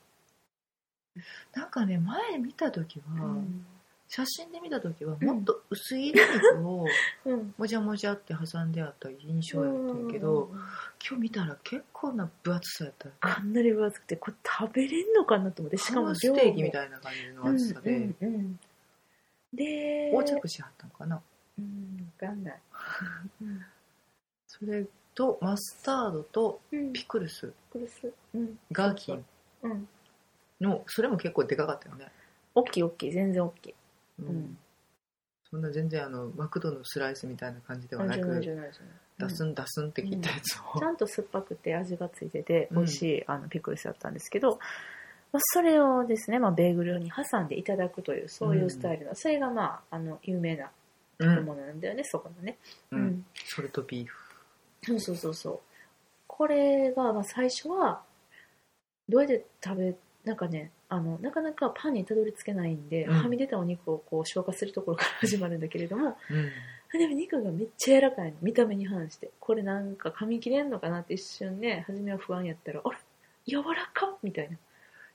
B: なんかね前見た時は、
A: うん
B: 写真で見た時は
A: うん
B: もっと薄い肉 を
A: うん、
B: もじゃもじゃって挟んであった印象やったんやけど、
A: うん
B: 今日見たら結構な分厚さやった
A: かなり分厚くてこれ食べれんのかなと思ってしか
B: ハ
A: も
B: ムステーキみ
A: い
B: たいな感じの厚さで、
A: うんうんうんで
B: 横着しはったのかな
A: うん分かんない、うん
B: それとマスタードと
A: うん、
B: ピクルス
A: クルス、うん
B: ガーキン
A: うん、
B: のそれも結構でかかったよね
A: 大きい大きい全然大きい、
B: うん
A: ん
B: こんな全然あのマクドのスライスみたいな感じでは
A: なん
B: な
A: じゃないじ
B: く
A: ゃないじゃない
B: ダス
A: うん
B: ンダスンって切ったやつを、
A: ちゃんと酸っぱくて味がついてて
B: うん
A: 美味しい、あのピクルスだったんですけど、まあ、それをですね、まあ、ベーグルに挟んでいただくというそういうスタイルの、それがまああの有名な
B: うん
A: ものなんだよね、そこのね、
B: う
A: うんん
B: ソルトビーフ
A: そうそうそうそうこれがまあ最初はどうやって食べなんかねあのなかなかパンにたどり着けないんで、
B: うん
A: はみ出たお肉をこう消化するところから始まるんだけれども
B: うん
A: あでも肉がめっちゃ柔らかいの見た目に反してこれなんか噛み切れんのかなって一瞬ね初めは不安やったらあれ柔らかみたいな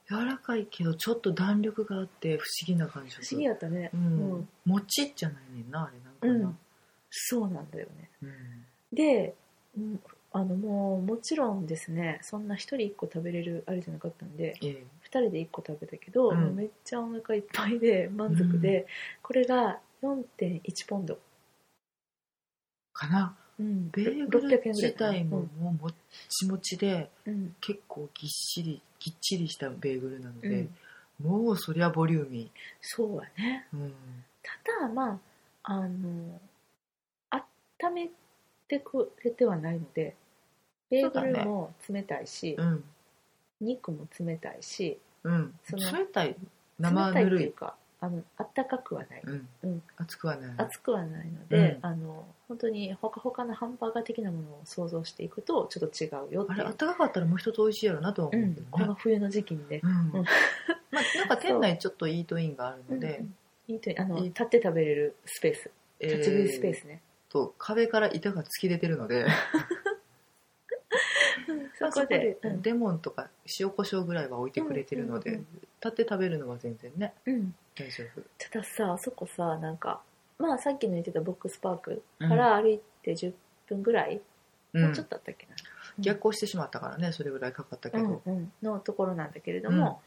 B: 柔らかいけどちょっと弾力があって不思議な感触
A: 不思議やったね
B: う
A: うんん、
B: もちじゃないねんなあれなんかな、
A: そうなんだよね
B: うん
A: でうんあのもうもちろんですねそんな一人一個食べれるあれじゃなかったんで
B: ええ
A: 二人で一個食べたけど、
B: うん
A: もうめっちゃお腹いっぱいで満足で、これが4.1ポンド、
B: かな
A: うん、
B: ベーグル
A: 600円ぐら
B: 自
A: いかな
B: 体ももうもっちもちで
A: うんうん
B: 結構ぎっしりぎっちりしたベーグルなの
A: うん
B: で、もうそりゃボリューミ
A: そうやね
B: ー、うん、
A: ただまああの温めてくれてはないのでベーグルも冷たいし、
B: うん
A: 肉も冷たいし
B: うん
A: その
B: 冷たい生
A: 冷
B: ぬ
A: たいっ
B: る
A: て
B: い
A: いうかあの暖かくはない、
B: うん
A: うん
B: 熱くはない
A: 熱くはないので、
B: うん
A: あの本当にほかほかのハンバーガー的なものを想像していくとちょっと違うよって
B: あ
A: い
B: れ
A: う
B: 暖かかったらもう一つ美味しいやろなとは
A: う
B: 思うんけどね、、
A: この冬の時期にね、
B: うん
A: うん
B: まあ、なんか店内ちょっとイートインがあるので、
A: いいとあの
B: いい
A: 立って食べれるスペース
B: えー
A: 立ち食いスペースね、
B: と壁から板が突き出てる ので
A: そこで
B: まあそこレモンとか塩コショウぐらいは置いてくれてるので、
A: うんうん
B: 立って食べるのは全然ね
A: うんうん
B: 大丈夫
A: たださあそこさなんかまあさっきの言ってたボックスパークから歩いて10分ぐらい、
B: うん
A: もうちょっとあったっけな、
B: 逆行してしまったからねそれぐらいかかったけ
A: う
B: ど、
A: んうん、のところなんだけれども、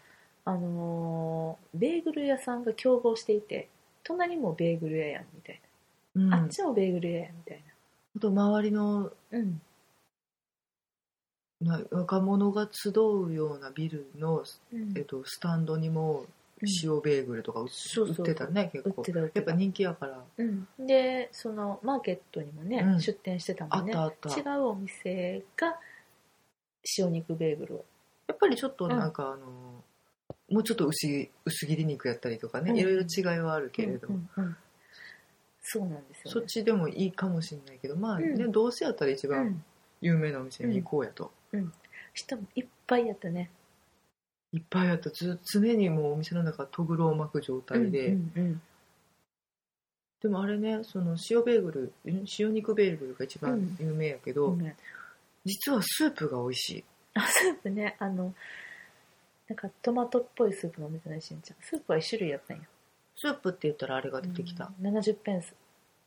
A: あのーベーグル屋さんが競合していて隣もベーグル屋やんみたい
B: うん
A: な、あ
B: あ
A: っちもベーグル屋やんみたい
B: と周りの
A: な、うん、
B: な若者が集うようなビルの、
A: うん
B: えっと、スタンドにも塩ベーグルとか売っ
A: そうそうそう
B: 売ってたね結
A: 売っ
B: 構
A: てた売っ
B: や
A: て
B: っぱ
A: た
B: 人気やから
A: うん、でそのマーケットにもね、
B: うん
A: 出店してた
B: あ
A: もん
B: っ
A: ね
B: たあった
A: 違
B: や
A: うお店が塩肉ベーグルを
B: っぱりちょっとなんか、あのもうちょっと薄薄切り肉やったりとかね、
A: うん
B: いろいろ違いはあるけれど、
A: うんうんうんそうなんですよ、ね、
B: そっちでもいいかもしれないけどまあね、
A: うん
B: どうせやったら一
A: う
B: 番
A: ん
B: 有名なお店に行こうやと、
A: 人もいっぱいやったね
B: いっぱいあったず常にもうお店の中とぐろを巻く状態で、
A: うんうん
B: でもあれねその塩ベーグルん塩肉ベーグルが一番有名やけど、
A: うんうん
B: 実はスープが美味しい
A: あスープねあのなんかトマトっぽいスープ飲んでたねしんちゃんスープは1種類やったんや
B: スープって言ったらあれが出てきた、
A: うん70ペンス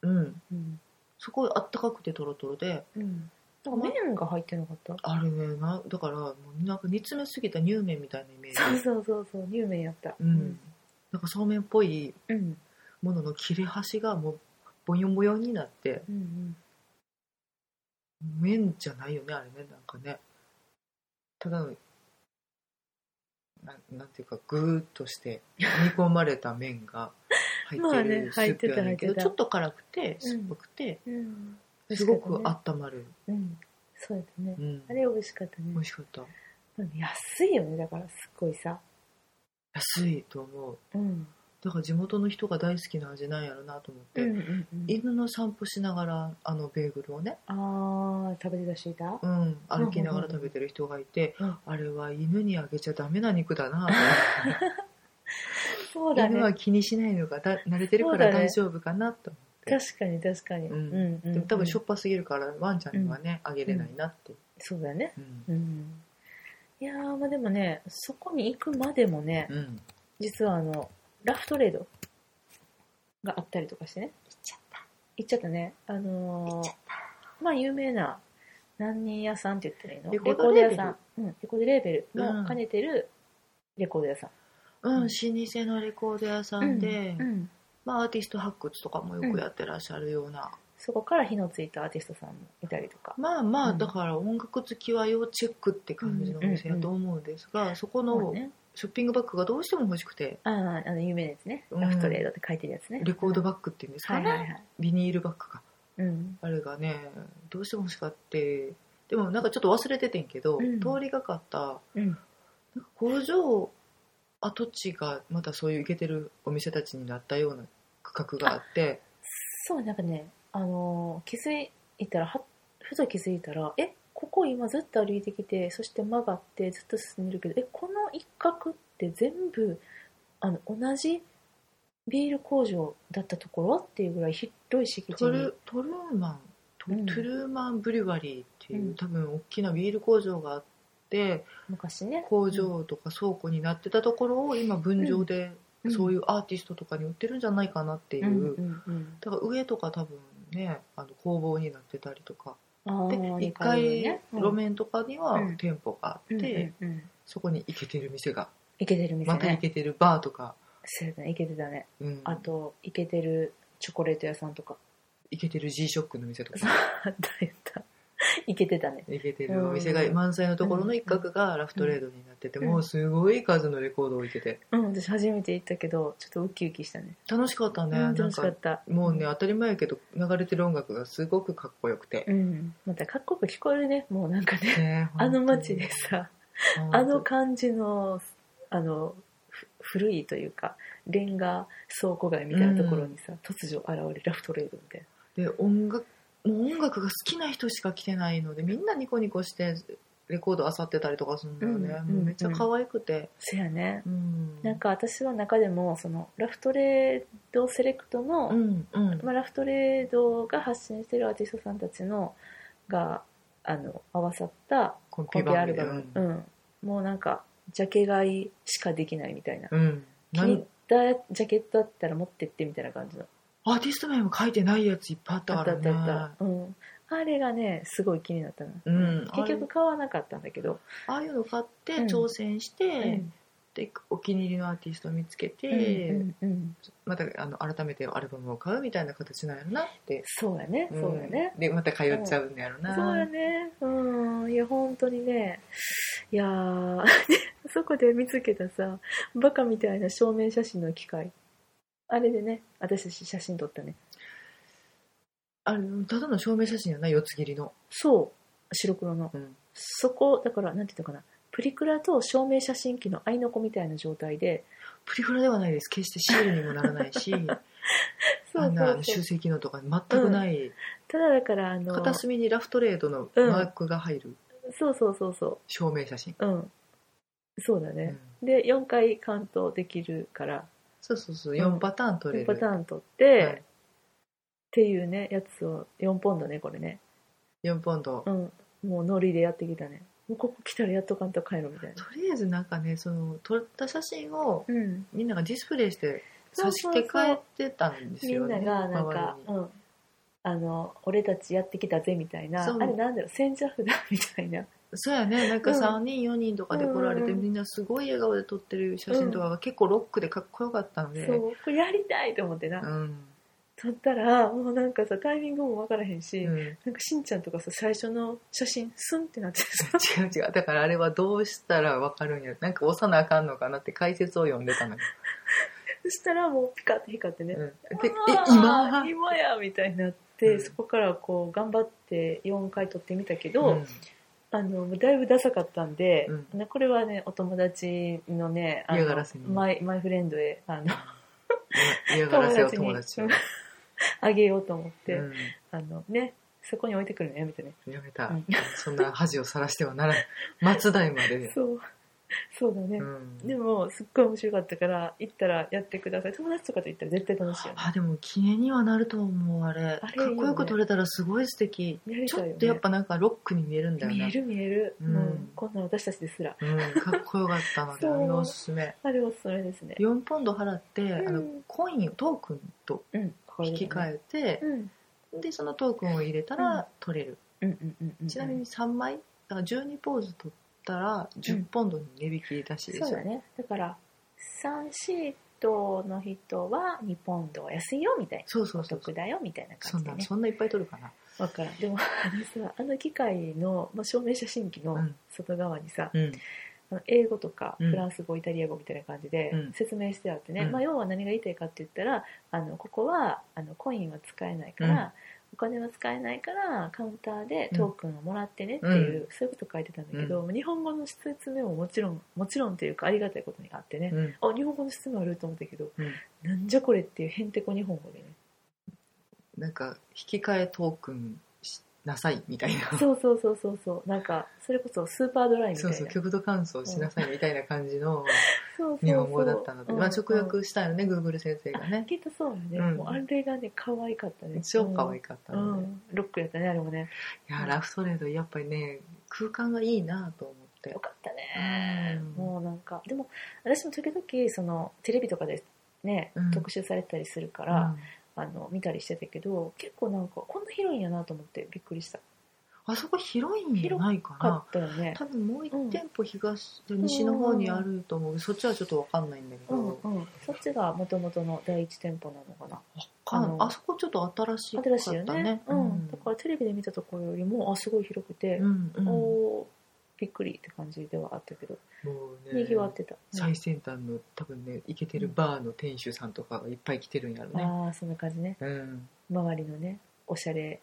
B: うん
A: うん、
B: すごいあったかくてとろとろで
A: うん、なんか麺が入ってなかった
B: あれねなだからもうなんか煮詰めすぎた乳麺みたいなイメージ
A: そうそうそうそう乳麺やった
B: うん、なんかそうめんっぽい
A: うんうん
B: ものの切れ端がもうボヨンボヨンになって
A: うんうん
B: 麺じゃないよねあれねなんかねただのななんていうかグーッとして煮込まれた麺が入
A: まあ
B: って
A: ね
B: るスープやねんけ
A: 入
B: ど、
A: ってた入ってた
B: ちょっと辛くて酸っぱくて、
A: うん
B: すごく
A: 美味しかっ
B: 温まる、
A: たねうんそうやったね
B: うん、
A: あれ美味しかった
B: 美
A: ね
B: 味しかった
A: 安いよねだからすっごいさ
B: 安いと思う
A: うん
B: だから地元の人が大好きな味なんやろなと思って、
A: うんうんうん
B: 犬の散歩しながらあのベーグルをね、
A: ああ食べてた人いた
B: うん、歩きながら食べてる人がいて、
A: うん
B: あれは犬にあげちゃダメな肉だな、
A: そうだ
B: 犬は
A: ね
B: 気にしないのがだ慣れてるから大丈夫かなと、
A: 確かに確かに
B: う
A: うんんうん
B: でも多分し
A: そ
B: ょっぱすぎるからワンちゃんにはね、あげれないなって、
A: うだね
B: うん
A: うんいやーまあでもねそこに行くまでもね
B: うん
A: 実はあのラフトレードがあったりとかしてね
B: 行っちゃった
A: 行っちゃったねあのー
B: 行っちゃっ
A: まあ有名な何人屋さんって言ったらいいの
B: レコードレー
A: レコ屋
B: ベル
A: さん、うん、レコードレーベル
B: う
A: の
B: ん
A: 兼ねてるレコード屋さん、
B: うん、
A: うん
B: 老舗のレコード屋さんで、
A: うんうん
B: まあ、アーティスト発掘とかもよくやってらっしゃるような、
A: そこから火のついたアーティストさんもいたりとか
B: まあまあ
A: うん
B: だから音楽好きは要チェックって感じのお店やと思うんですが、そこ
A: まあ
B: の
A: ね
B: ショッピングバッグがどうしても欲しくて、
A: ああ、あの、有名なやつね。
B: うん
A: ラフトレードって書いてるやつね。
B: レコード
A: バ
B: バッグっていうんです
A: は
B: か
A: い
B: ね、
A: はいはい。
B: ビニールバッグか。
A: うん。
B: あれがね、どうしても欲しかって、でもなんかちょっと忘れててんけど、
A: うん
B: 通りがかった、
A: うん。
B: なんか工場跡地がまたそういうイケてるお店たちになったような区画があって、
A: そう、なんかね、あのー、気づいたら、はふと気づいたら、え、ここ今ずっと歩いてきて、そして曲がってずっと進んでるけど、え、この一角って全部、あの、同じビール工場だったところっていうぐらい広い敷地
B: ト
A: に
B: ルトルーマント,、
A: うん
B: トゥルーマンブリュワリーっていう、
A: うん
B: 多分大きなビール工場があって
A: 昔ね。
B: 工場とか倉庫になってたところを今分譲で、
A: うん
B: そういうアーティストとかに売ってるんじゃないかなっていう、
A: うんうんうん
B: だから上とか多分ねあの工房になってたりとか
A: あー
B: で
A: 二
B: 1
A: 階に
B: 階
A: ねうん
B: 路面とかには
A: うん
B: 店舗があって、
A: うんうんうん
B: そこに行けてる店が
A: イケてる店
B: また行
A: ね。
B: けてるバーとか、
A: そうだね、イケてたね。
B: うん、
A: あと、イケてるチョコレート屋さんとか。
B: 行けてる G ショックの店と
A: そ
B: か
A: うだ言った。イケてたね。
B: 行けてるお店が
A: うん
B: 満載のところの一角がラフトレードになってて、
A: うん
B: もうすごい数のレコードを置いてて
A: うん、私初めて行ったけど、ちょっとウキウキしたね。
B: 楽しかったね、
A: うん、
B: なん
A: 楽しか
B: か
A: った。
B: もうね当たり前やけど流れてる音楽がすごくかっこよくて
A: う、ん。またかっこよく聞こえるね。もうなんかね、
B: ね
A: あの街でさ、
B: 本当
A: あ
B: に
A: の感じの、あの、ふ古いというか、レンガ倉庫街みたいなところにさ、突如現れるラフトレードみたいな。
B: で音楽もう音楽が好きな人しか来てないのでみんなニコニコしてレコード漁ってたりとかするんだよね、
A: うん
B: もうめっちゃ可愛くて、
A: そやね。
B: うん
A: なんか私は中でも、その、ラフトレードセレクトの、
B: うんうん
A: まあ、ラフトレードが発信してるアーティストさんたちのがあの合わさった
B: コン
A: コンピアルバ
B: 番
A: ム、
B: 組
A: う
B: で
A: んもうなんかジャケ買いしかできないみたいな、
B: うん、うん
A: 気
B: な
A: に入
B: ん
A: ったジャケットあったら持ってってみたいな感じの
B: アーティスト名も書いてないやついっぱいあった
A: あ
B: か
A: ったあ
B: ら
A: った
B: ね
A: あった、うん、あれがねすごい気になったな、
B: うん
A: 結局買わなかったんだけど、
B: ああいうの買って
A: うん
B: 挑戦して、
A: うん
B: でお気に入りのアーティストを見つけて、
A: うんうんうん、
B: またあの改めてアルバムを買うみたいな形なんやろなって、
A: そうやねそうやね、
B: んでまた通っちゃうんやろな、
A: そうやね。うん。いや、本当にね。いやー そこで見つけたさ、バカみたいな証明写真の機械。あれでね、私たち写真撮ったね。
B: あのただの証明写真やな四つ切りの、
A: そう。白黒の。
B: うん
A: そこ、だから、なんていうのかな。プリクラと証明写真機の合いの子みたいな状態で。
B: プリクラではないです決してシールにもならな いしあんなあの修正機能とか全くない、
A: ただだから、あの、
B: 片隅にラフトレードの
A: うん
B: マークが入る
A: そうそうそうそ
B: 証明写真、
A: う。うん。そうだ
B: う
A: ね。
B: ん
A: で、4回カウントできるから、
B: そうそうそううん4パターン取れ
A: 4
B: る
A: パターン撮って、
B: はい
A: っていうね、やつを、4ポンドね、これね。
B: 4ポンド、
A: うん、もうノリでやってきたね。もうここ来たらやっとかんと帰ろみたいな。
B: とりあえずなんかねその撮った写真を
A: うん。
B: みんながディスプレイして
A: そう
B: 差
A: そ
B: し
A: う
B: て
A: そう
B: 帰ってたんです
A: み
B: よ
A: ん
B: ね
A: ながなんか
B: 周、りに
A: うん。あの、俺たちやってきたぜみたいな、
B: そう
A: あれなんだろう、千社札みたいな。
B: そうやねなんか
A: うん
B: 3人4人とかで来られて、
A: うん
B: みんなすごい笑顔で撮ってる写真とかが結構ロックでかっこよかったので、
A: そうう、これやりたいと思ってな。
B: ん
A: 撮ったら、もうなんかさ、タイミングもわからへんし、
B: うん、違
A: なんかしんちゃんとかさ、最初の写真、スンってなってさ、
B: う違うだからあれはどうしたらわかるんやなんか押さなあかんのかなって解説を読んでたのよ、
A: そしたらもうピカって光ってね。
B: うん、でえ
A: あー
B: 今
A: 今やみたいになって、
B: うん
A: そこからこう頑張って4回撮ってみたけど、
B: うん
A: あのだいぶダサかったんで、
B: う
A: ねこれはねお友達のねあの
B: 嫌がらせに
A: マイマイフレンドへあの
B: 嫌がらせよ友達を
A: 友、あげようと思って、
B: うん
A: あのねそこに置いてくるのやめてね、
B: やめた、
A: うん
B: そんな恥をさらしてはならない松代までで、
A: そうそうだね、
B: うん、
A: でもすっごい面白かったから行ったらやってください友達とかと行ったら絶対楽しいよね
B: あでも記念にはなると思うあれ
A: あれ
B: かっこよ
A: いいよ
B: く
A: ね
B: 撮れたらすごい素敵、
A: やり
B: ちょ
A: たいよ
B: っ
A: ね
B: とやっぱなんかロックに見えるんだよ
A: 見え
B: ね、
A: る見える、
B: う
A: うんんこんな私たちですら
B: うん、かっこよかったので
A: そう
B: あれおすすめ
A: あれおすすめですね
B: 4ポンド払って、
A: ん
B: あのコインをトークンと
A: うんこれ
B: 引
A: で
B: き
A: ね
B: 換えて、
A: うん
B: でそのトークンを入れた
A: うん
B: ら取れる、
A: うんうんうんうん
B: ちなみに3枚だから12ポーズ取ったら10ポンドに値引き出しで
A: そう
B: すよ、
A: だねだから3シートの人は2ポンドは安いよみたいな
B: そうそ
A: お
B: うそうそ
A: 得
B: う
A: だよみたいな
B: そ
A: 感
B: ん
A: じで
B: な
A: ね
B: そんないっぱい取るかな
A: わからんでもあのさあの機械の、まあ、証明写真機
B: う
A: の
B: ん
A: 外側にさ、
B: うん
A: あの英語とか
B: うん
A: フランス語、イタリア語みたいな感じで
B: うん
A: 説明してあってね、
B: うん
A: まあ、要は何が言いたいかって言ったらあのここはあのコインは使えないから、
B: うん
A: お金は使えないからカウンターでトークンをもらってねっていう、そういうこと書いてたんだけど、日本語の説明ももちろんもちろんというかありがたいことにあってね、
B: うん
A: あ日本語の質問あると思ったけど、
B: うん
A: なんじゃこれっていうへんてこ日本語でね
B: なんか引き換えトークンしなさいみたいな
A: そうそうそうそうそうなんかそれこそスーパードライみたい
B: そう
A: な
B: そう極度乾燥しなさいみたいな感じの
A: そうそう
B: 日本語だったので、
A: うん
B: まあ、直訳したよね、グーグル先生が
A: あ
B: ね
A: きっとそうよね、
B: うん
A: もうあれがね可愛かったね
B: 超可愛
A: か
B: かった
A: う
B: ので、い
A: ん、ロックやったねあれもね
B: やラフトレードやっぱりね空間がいいなと思って
A: よかったね、
B: うん
A: もうなんかでも私も時々そのテレビとかでね、
B: うん
A: 特集されたりするから、あの見たりしてたけど結構なんかこんな広いんやなと思ってびっくりした
B: うんあそこ広いんじゃないか
A: か
B: な
A: ったよね
B: 多分もう一
A: うん
B: 店舗東、で西の方にあると思うそっちはちょっと分かんないんだけ
A: う
B: ど、
A: んうん、そっちがもともとの第一店舗なのかな
B: かん
A: あの
B: あそこちょっと新しかった
A: 新
B: ね
A: しいよねうんだからテレビで見たところよりもあすごい広くて、
B: うん
A: お
B: うんも
A: おーびっくりって感じではあったけど、
B: う
A: に
B: ね
A: ぎわってた、うん
B: 最先端の多分ねイケてるバーの店主さんとかがいっぱい来てるんやろね、
A: ああそんな感じね
B: うん、
A: 周りのねおしゃれ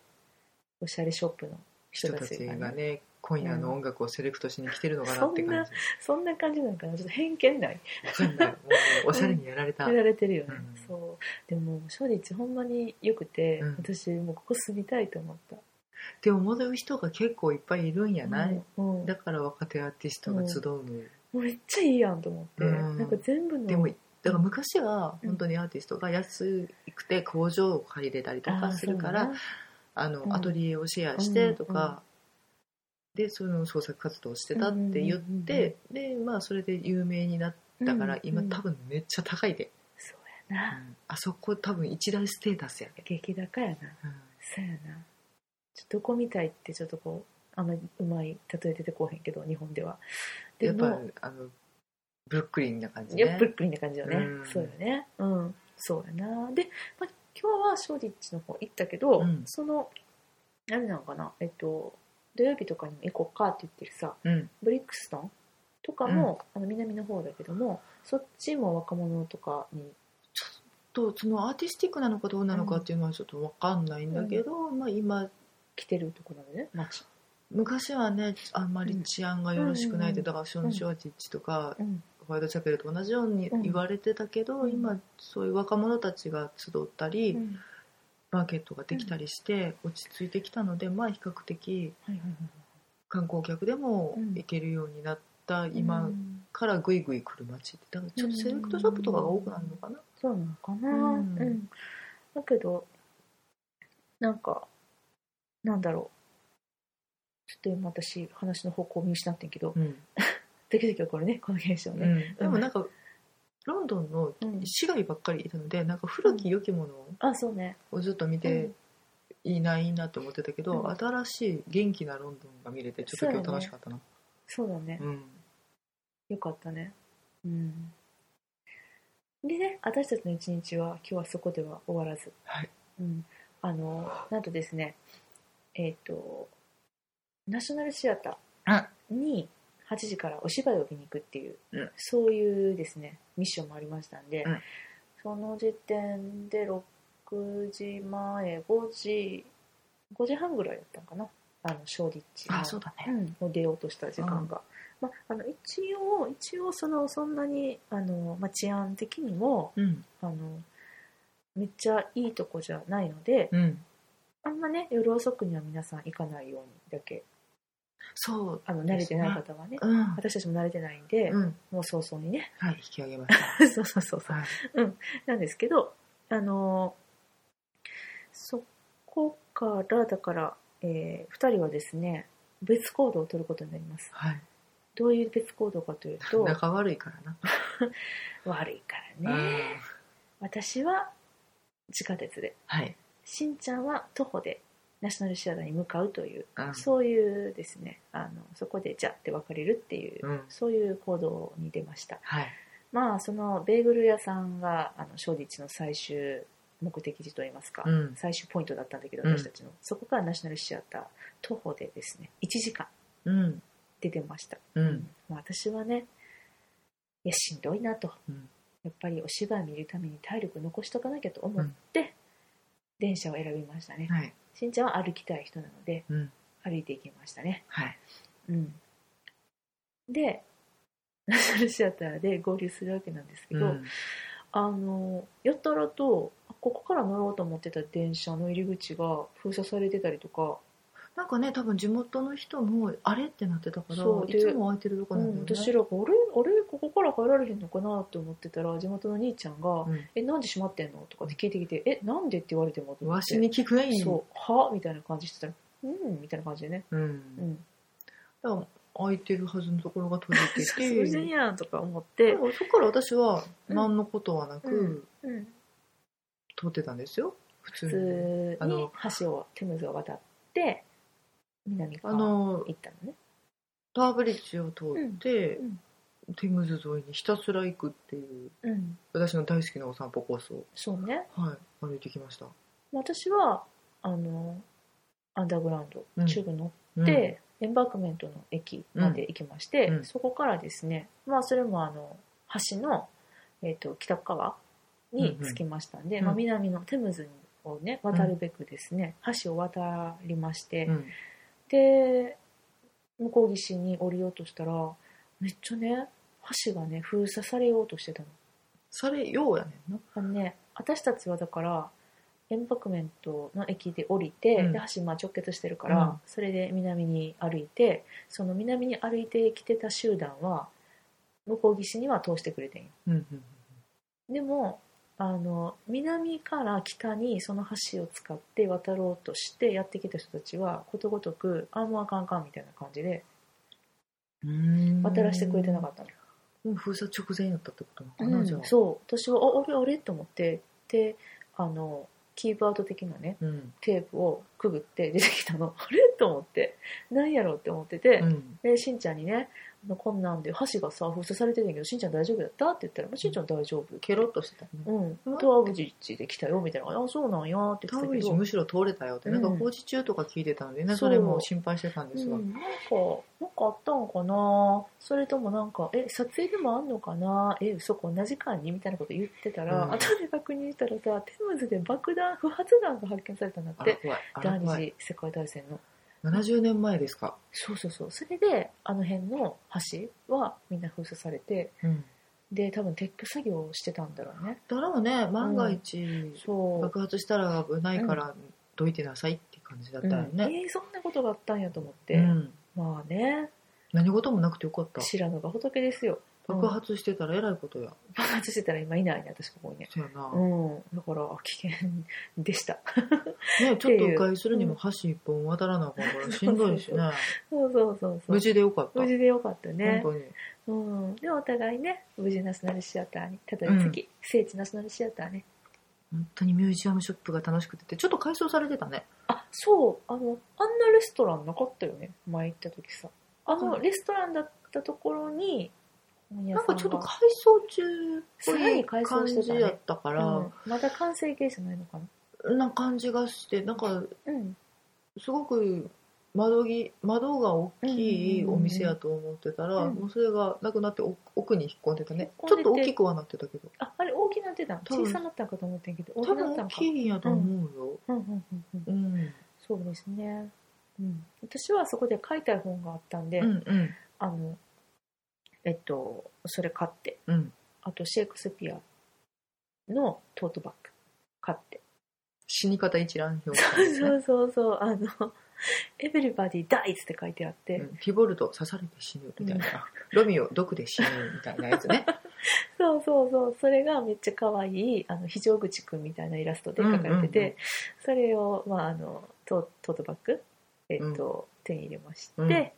A: おしゃれショップの人
B: 人
A: た
B: た
A: ち
B: ち
A: がね
B: がね今夜の音楽をセレクトしに来てるのかなって感じ
A: そんな感じなんかなちょっと偏見ない
B: そうなんだよもうねおしゃれにやられた、
A: やられてるよね、
B: うん
A: そうでも正直ほんまによくて、
B: うん
A: 私もうここ住みたいと思った
B: って思う人が結構いっぱいいるんやない、
A: うんうん
B: だから若手アーティストが集うのよ、
A: めっちゃいいやんと思って、
B: うん
A: なんか全部の
B: でもだから昔は本当にアーティストが安くて工場を借りれたりと
A: あ
B: か
A: ー
B: するから
A: そ
B: あ、
A: うね
B: の、
A: うん
B: アトリエをシェアしてとか、でその創作活動をしてたって言って、でまあそれで有名になったから、
A: うん
B: 今
A: うん
B: 多分めっちゃ高いで、
A: そうやな、
B: うんあそこ多分一大ステータスやで、
A: 激高やなそうやなちょっとどこみたいってちょっとこうあんまりうまい例え出てこうへんけど日本では
B: うん
A: で
B: やっぱ
A: も
B: あのブルックリンな感じね
A: やっぱブルックリンな感じよね、
B: うん
A: そうよねうんそうやなで、まあ、今日はショーディッチの方行ったけど、
B: うん
A: そのあれなのかなえっと土曜日とかにも行こうかって言ってるさ
B: うん
A: ブリックストンとかも、あの南の方だけどもそっちも若者とかに
B: とそのアーティスティックなのかどうなのかっていうのはちょっと分かんないんだけど、まあ、今
A: 来てるとこなのね街、
B: 昔はねあんまり治安がよろしくないって、
A: うん
B: だからショーン・シュワティッチとか、
A: うん、
B: ホワイトチャペルと同じように
A: うん
B: 言われてたけど、
A: うん
B: 今そういう若者たちが集ったり、
A: うん
B: マーケットができたりして落ち着いてきたので、まあ比較的
A: はいはいはい
B: 観光客でも
A: うん
B: 行けるようになった
A: う
B: 今
A: ん
B: からぐいぐい来る街ってだからちょっとセレクトショップとかが多くなるのかな。
A: そうなのかな、う
B: うんん
A: だけどなんかなんだろうちょっと今私話の方向を見失ってんけど
B: うん
A: 時々起こるねこの現象
B: う
A: ね、
B: んでもなんかロンドンの
A: うん
B: 市街ばっかりいたのでなんか古き良きもの
A: あそうね
B: をずっと見ていいないいなって思ってたけど、
A: うん
B: 新しい元気なロンドンが見れてちょっと今日楽しかったな
A: そうだね
B: う,、
A: よかったねうんでね私たちの一日は今日はそこでは終わらず、
B: はい
A: うん、あのなんとですねえっ、とナショナルシアターに8時からお芝居を見に行くっていう、
B: うん
A: そういうですねミッションもありましたんで、
B: うん
A: その時点で6時前5時5時半ぐらいだったんかなあのショーディッチの
B: あそうだね
A: うん、を出ようとした時間が、まあ、あの一応一応そのそんなにあの、まあ、治安的にも
B: うん
A: あのめっちゃいいとこじゃないので、
B: うん
A: あんまね夜遅くには皆さん行かないようにだけ
B: そう
A: あの慣れてない方はね
B: うん、
A: 私たちも慣れてないんで、
B: うん、
A: もう早々にね
B: はい引き上げまし
A: そうそうそう
B: た、はい、
A: なんですけどあのーそこからだから、え2人はですね別行動を取ることになります
B: はい、
A: どういう別行動かというと
B: 仲悪いからな
A: 悪いから
B: うん
A: ね私は地下鉄で
B: はい、
A: しんちゃんは徒歩でナショナルシアターに向かうという
B: うん
A: そういうですねあのそこでじゃあって別れるっていう、
B: うん
A: そういう行動に出ました
B: はい
A: まあそのベーグル屋さんがあのショーディッチの最終目的地といいますか、
B: うん
A: 最終ポイントだったんだけど
B: うん
A: 私たちの、そこからナショナルシアター徒歩でですね1時間
B: うん
A: 出てました。
B: うん。
A: まあ私はね、いや、しんどいなと。
B: うん
A: やっぱりお芝居見るために体力残しとかなきゃと思って、電車を選びましたね。
B: はい。
A: しんちゃんは歩きたい人なので、
B: うん。
A: 歩いていきましたね。
B: はい。
A: うん。で、ナショナルシアターで合流するわけなんですけど、
B: うん
A: あの、やったらと、あここから乗ろうと思ってた電車の入り口が封鎖されてたりとか、
B: なんかね、多分地元の人も、あれってなってたから、
A: そう
B: い
A: で
B: つも空いてるとこ
A: う
B: なんだよ
A: ん、
B: ね。
A: 私らが、あれあれここから入られへんのかなって思ってたら、地元の兄ちゃんが、
B: うん
A: え、なんで閉まってんのとかって聞いてきて、え、なんでって言われてもと思って
B: わしに聞くね
A: そう、はみたいな感じしてたら、うん、みたいな感じでね。
B: う。う。
A: うんん。
B: だから空いてるはずのところが閉 じて
A: そ
B: て。
A: うじゃんやんとか思って
B: で、もそこから私は何のことはなく、
A: うんうん、
B: 通ってたんですよ普通
A: 普
B: に
A: 通
B: あ
A: に
B: の
A: 橋を、テムズを渡って、南
B: あ
A: 側行
B: の
A: ったのね。
B: ターブリッジを通って、
A: うん
B: テムズ沿いにひたすら行くっていう
A: うん、
B: 私の大好きなお散歩コースを、
A: そうね。
B: はい、歩いてきました、
A: 私はあのアンダーグラウン
B: う
A: ド
B: ん
A: チューブ乗
B: うん
A: って、エンバークメントの駅まで行きまして、
B: うん
A: そこからですね、まあ、それもあの橋の、えー、と北川に着きましたんで、
B: うん
A: まあ、南のテムズをね渡るべくですね、橋を渡りまして、
B: うん
A: で向こう岸に降りようとしたらめっちゃね橋がね封鎖されようとしてたの。
B: されようやねんな
A: あのね、私たちはだからエンパクメントの駅で降りて、
B: うん
A: で橋まあ直結してるから、
B: うん
A: それで南に歩いてその南に歩いてきてた集団は向こう岸には通してくれてんよ
B: うんうん
A: でもあの南から北にその橋を使って渡ろうとしてやってきた人たちはことごとくあもうあかんあかんみたいな感じで
B: うん
A: 渡らせてくれてなかったの、
B: もう封鎖直前やったってことなのか
A: う
B: な、
A: ん
B: じゃあ
A: そう私はああれあれと思ってであのキーパート的なね
B: う、ん
A: テープをくぐって出てきたの あれと思って何やろうって思ってて、
B: うん、
A: でしんちゃんにねあのこんなんで箸がさ封鎖されてるんだけどしんちゃん大丈夫だったって言ったらまあ「しんちゃん大丈夫」
B: ケロッとしてたね
A: うん
B: う
A: 「
B: ん
A: トアブジッチで来たよ」みたいな「あそうなんや」って
B: タ
A: 言ってた
B: ーブ
A: け
B: リッジ
A: ど
B: むしろ通れたよって、
A: うん
B: なんか工事中とか聞いてたので
A: そ
B: ね
A: う
B: それも心配してたんですが、
A: うん、なんかなんかあったんかなそれともなんか「え撮影でもあんのかなえそこ同じ間に?」みたいなこと言ってたら、
B: うん
A: 後で確認したらさテムズで爆弾不発弾が発見されたんだ
B: あ
A: っ
B: ら
A: て
B: 怖いあら
A: 第二
B: 怖い
A: 次世界大戦の。
B: 70年前ですか、
A: そうそうそうそれであの辺の橋はみんな封鎖されて
B: うん、
A: で多分撤去作業をしてたんだろうね
B: だろうね万が一、
A: そう、
B: 爆発したら危ないからどいてなさいって感じだったよ
A: うん
B: ね、
A: えーそんなことがあったんやと思って、
B: うん
A: まあね
B: 何事もなくてよかった
A: 知らぬが仏ですよ
B: 爆発してたらえらいことや
A: 爆発してたら今いないね私ここにね
B: そうやな、
A: うんだから危険でした
B: ねちょっと迂回するにも橋一本渡らなあかんからしんどいしね
A: そうそうそうそう
B: 無事でよかった
A: 無事でよかったね、
B: 本当に
A: うん、でお互いね無事ナショナルシアターにただ次、き聖地ナショナルシアターね
B: 本当にミュージアムショップが楽しくててちょっと改装されてたね
A: あそうあのあんなレストランなかったよね前行った時さあの、
B: うん
A: レストランだったところに本屋
B: な
A: さんが
B: んかちょっと改装中
A: さらに改装
B: 感
A: して
B: じ
A: たね
B: やったか
A: う
B: ら
A: ん、まだ完成形じゃないのかな
B: な感じがしてなんか
A: うん
B: すごく窓ぎ窓が大きいお店やと思ってたら、
A: うん
B: もうそれがなくなってお奥に引っ込んでたね
A: 引っ込んで
B: ちょってと大きくはなってたけど
A: ああれ大きなってたの
B: 多分
A: 小さなったんかと思ってんけど大
B: 多
A: きな
B: 分
A: った
B: 大
A: んか
B: きいんやと思うよ、
A: うんうんうんうん
B: うん
A: そうですね、うん、私はそこで買いたい本があったんで、
B: うんうん
A: あのえっとそれ買って
B: うん
A: あとシェイクスピアのトートバッグ買って
B: 死に方一覧表
A: そうそうそう、あの、 エブリバディダイズって書いてあって、
B: うんティボルト刺されて死ぬみたいな、ロミオ毒で死ぬみたいなや つね
A: そうそうそう、それがめっちゃ可愛い、あの、非常口くんみたいなイラストで描かれてて、
B: うんうんうん
A: それを、まあ、あの、トトートバッグ、えっと、手に入れまして、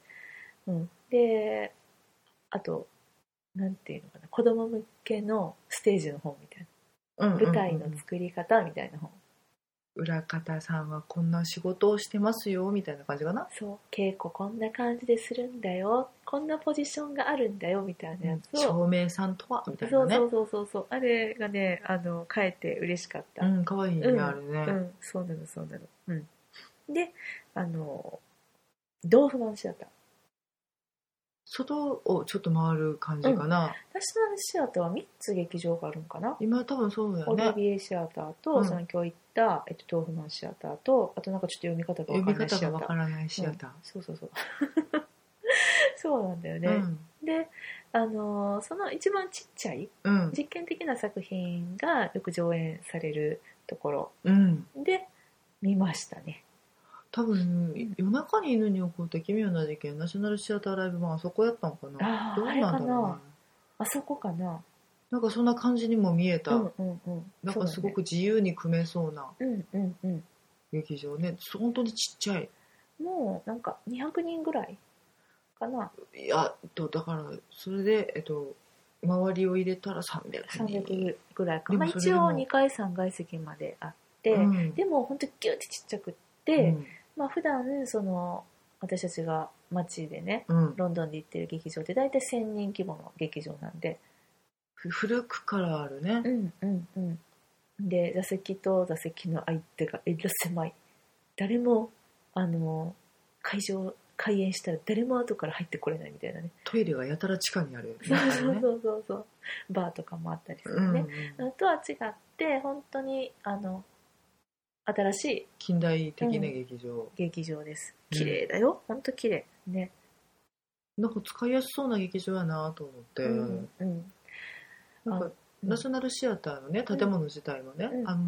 A: うん、で、あと、なんていうのかな、子供向けのステージの本みたいな、
B: うんうんうん
A: 舞台の作り方みたいな本、
B: 裏方さんはこんな仕事をしてますよみたいな感じかな
A: そう、稽古こんな感じでするんだよ、こんなポジションがあるんだよみたいなやつを、
B: 照明さんとはみたい
A: そ
B: な
A: うそ
B: ね
A: うそうそうそうあれがねあの変えて嬉しかった、
B: うん可愛いね、
A: うん
B: あれね、
A: うんそうなのそうなの、うん、であのドーフマンシアター
B: 外をちょっと回る感じかな、
A: 私のシアターは3つ劇場があるのかな、
B: 今多分そうだよ
A: オリ
B: ね
A: ビエシアターと、
B: うん
A: その今日行った、えっと、豆腐マンシアターとあとなんかちょっと読み方が
B: 読
A: 分か
B: み
A: んないシ
B: 方
A: アタ
B: が
A: ー
B: わからないシアタ
A: そうそう そうそうなんだよね、
B: ーうん
A: であのーその一番ちっちゃい
B: うん
A: 実験的な作品がよく上演されるところ
B: うん
A: で見ましたね
B: 多分夜中に犬に起こった奇妙な事件ナショナルシアターライブ版あそこやったのかな
A: あー
B: どうなんだろう
A: あれ
B: な
A: かなあそこかな
B: なんかそんな感じにも見えた、
A: うんうんうん
B: なんかすご
A: そ
B: く自由に組めそうな
A: うだねうんうんうん
B: 劇場ねそう本当にちっちゃい
A: もうなんか200人ぐらいかない
B: やとだからそれでえっと周りを入れたら300人
A: 300ぐらいか、
B: で
A: ま
B: も
A: あ、
B: それ
A: 一
B: でも
A: 応2階3階席まであって、
B: うん
A: でも本当ギューってちっちゃくっ
B: う
A: て、
B: ん
A: まあ普段その私たちが街でね
B: うん、
A: ロンドンで行ってる劇場って大体1000人規模の劇場なんで
B: ふ古くからあるね、
A: うんうんうんで座席と座席の相手がえら狭い誰もあの会場開演したら誰も後から入ってこれないみたいなね
B: トイレがやたら地下にある、ね、
A: そうそ
B: あ
A: う
B: れね
A: そうそうそうバーとかもあったりす
B: う
A: る
B: んう
A: ね
B: ん、
A: とは違って本当にあの新しい
B: 近代的な劇場、
A: 劇場です
B: うん
A: 綺麗だよ、本当綺麗ね
B: なんか使いやすそうな劇場やなと思って、
A: うんうん
B: なんか
A: うん
B: ナショナルシアターのね建物自体もね、
A: うん
B: あの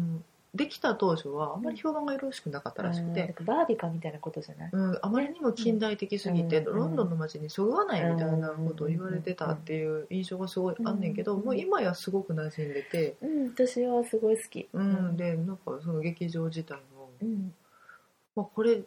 B: できた当初はあんまり評判がよろしくなかったらしく
A: うんなん
B: て、
A: かバービーかみたいなことじゃない
B: うんあまりにも近代的すぎて、
A: うん
B: ロンドンの街にそぐわないみたいなことを言われてたっていう印象がすごいあんねんけど、
A: うん
B: もう今やすごく馴染んでて、
A: うん私はすごい好き
B: うんでなんかその劇場自体も、
A: うん
B: まあ、これ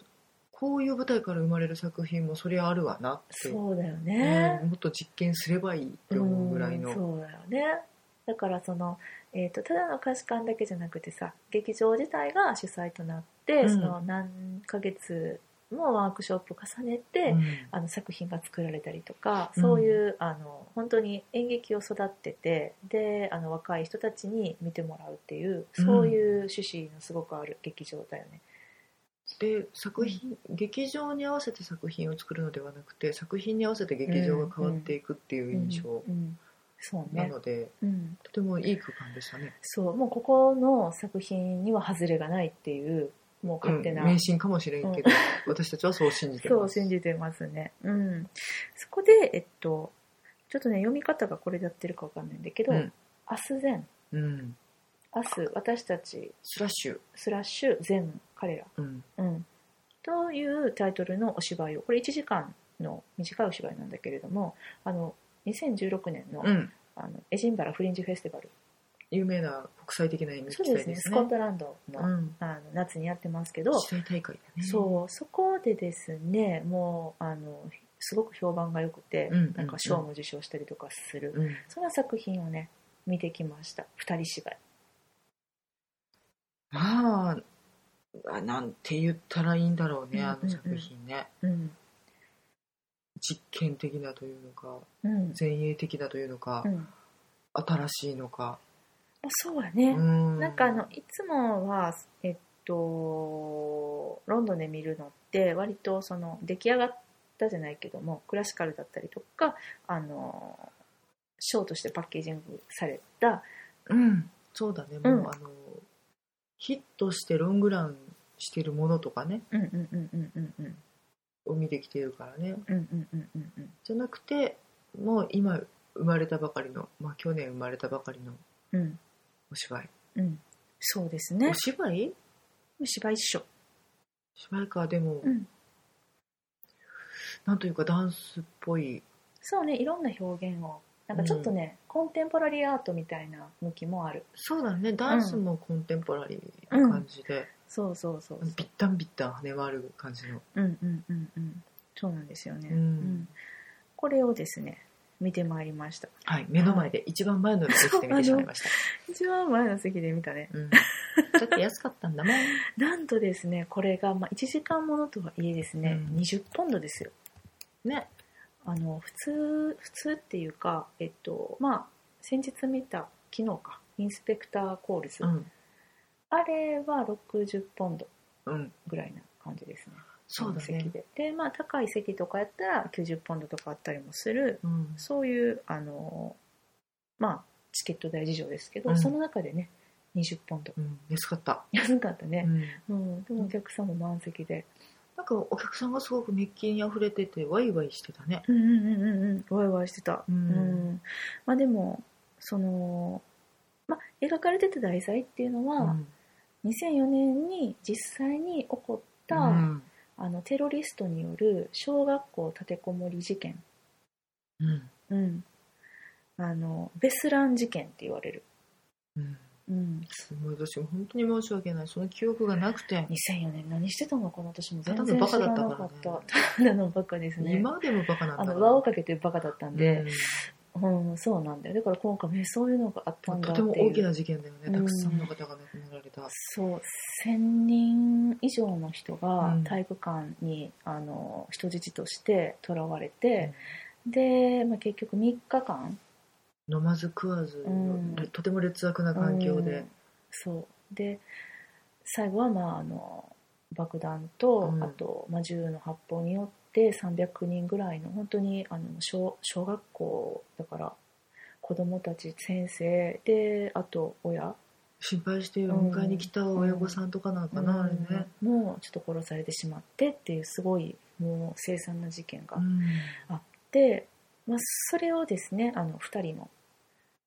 B: こういう舞台から生まれる作品もそりゃあるわなって
A: そうだよ
B: う
A: ね
B: ん、もっと実験すればいいって思うぐらいの、
A: うんそうだよねだからその、えー、とただの貸し館だけじゃなくてさ劇場自体が主催となって、
B: うん
A: その何ヶ月もワークショップを重ねて、
B: うん
A: あの作品が作られたりとか
B: うん
A: そういう、あの本当に演劇を育っててであの若い人たちに見てもらうっていうそういう趣旨のすごくある劇場だよね。
B: で作品、劇場に合わせて作品を作るのではなくて作品に合わせて劇場が変わっていくっていう印象
A: うんうんそう
B: な
A: ね、
B: ので、
A: うん、
B: とてもいい空間でしたね。
A: そうもうここの作品には外れがないっていうもう勝手な、
B: うん迷信かもしれんけど、私たちはそう信じて
A: そう
B: ます。
A: 信じてますね。うん、そこでえっとちょっとね読み方がこれでやってるかわかんないんだけど「
B: うん
A: 明日前」
B: うん、
A: 「明日私たち
B: スラッシュ、
A: スラッシュ前彼ら」
B: うん、
A: うん、というタイトルのお芝居をこれ1時間の短いお芝居なんだけれどもあの2016年の,、
B: うん、
A: あのエジンバラフリンジフェスティバル、
B: 有名な国際的な演
A: そ
B: 劇
A: うで
B: 祭
A: すね
B: です
A: ス
B: ね。
A: コットランドの,、
B: うん、
A: あの夏にやってますけど、
B: 国際大会だね。
A: そうそこでですねもうあのすごく評判が良くて、
B: うんうんうん
A: なんか賞も受賞したりとかする、
B: うん、
A: そんな作品をね見てきました二人芝居
B: まああ、なんて言ったらいいんだろうね、あ
A: うん
B: の
A: うんうん
B: 作品ね。
A: うん
B: 実験的なというのか、
A: うん、
B: 前衛的だというのか
A: う、ん、
B: 新しいのか。
A: そうやね、
B: うん
A: なんかあのいつもはえっとロンドンで見るのって割とその出来上がったじゃないけどもクラシカルだったりとかあのショーとしてパッケージングされた
B: うん、そうだね、もう、
A: うん
B: あのヒットしてロングランしてるものとかね、
A: うんうんうんうんうんうん
B: を見てきてるからね。
A: うんうんうんうんうん
B: じゃなくてもう今生まれたばかりの、まあ、去年生まれたばかりの
A: うん
B: お芝居、
A: うんそうですね
B: お芝居
A: 芝居師匠
B: 芝居かでも、
A: うん
B: なんというかダンスっぽい
A: そうねいろんな表現をなんかちょっとね、コンテンポラリーアートみたいな向きもある
B: そうだねダンスもコンテンポラリーな感じで、
A: そうそうそうそ
B: ビッタンビッタン跳ね回る感じの、
A: ううんうんうんうんそうなんですよね、
B: うん
A: うんこれをですね見てまいりました
B: はい、目の前で一番前の列で見てしまいました、
A: 一番前の席で見たね
B: うん、だって安かったんだもん
A: なんとですねこれが、まあ、1時間ものとはいえですね、
B: うん
A: 20ポンドですよ
B: ね
A: あの普通普通っていうかえっとまあ先日見た昨日かインスペクターコールズ、
B: うん
A: あれは60ポンド
B: うん
A: ぐらいな感じですね
B: そうだね
A: 席ででまあ高い席とかやったら90ポンドとかあったりもする
B: うん
A: そういうあのまあチケット代事情ですけど、
B: うん
A: その中でね20ポンド
B: うん、安かった、
A: 安かった
B: う
A: ね、
B: ん、
A: うん、でもお客さんも満席で
B: なんかお客さんがすごく熱気に溢れててワイワイしてたね
A: うんうんうんうんうんワイワイしてた
B: うん
A: うんまあでもその、まあ、描かれてた題材っていうのは、2004年に実際に起こった、
B: うん
A: あのテロリストによる小学校立てこもり事件、
B: うん
A: うん、あのベスラン事件って言われる、
B: うん、
A: うん、
B: すごい私本当に申し訳ないその記憶がなくて、
A: 2004年何してたのかな私も全
B: ただ
A: 然
B: のバ
A: 知
B: カだ
A: ら
B: っ
A: な
B: た
A: か
B: か
A: った
B: らね
A: ただのバカですね
B: 今でもバカなんだ
A: あ
B: ろ
A: の
B: う
A: 輪をかけてバカだったんで、
B: う
A: う
B: ん
A: んそうなんだよだから今回ねそういうのがあったんだ
B: と
A: ってていう
B: も大きな事件だよ
A: う
B: ね
A: ん
B: たくさんの方が亡くなられた、
A: そう1000人以上の人が
B: うん
A: 体育館に、あの人質として囚われて、で、まあ、結局3日間
B: 飲まず食わず、
A: うん
B: とても劣悪な環境
A: う
B: で
A: ん、そうで最後はまああの爆弾と、
B: うん
A: あと、まあ、銃の発砲によって300人ぐらいの本当にあの小小学校だから子供たち先生であと親
B: 心配して迎えに来た親御さんとかなのかな、あれね、
A: うんもうちょっと殺されてしまってっていうすごいもう凄惨な事件があっ
B: うん
A: て、まあ、それをですねあの2人の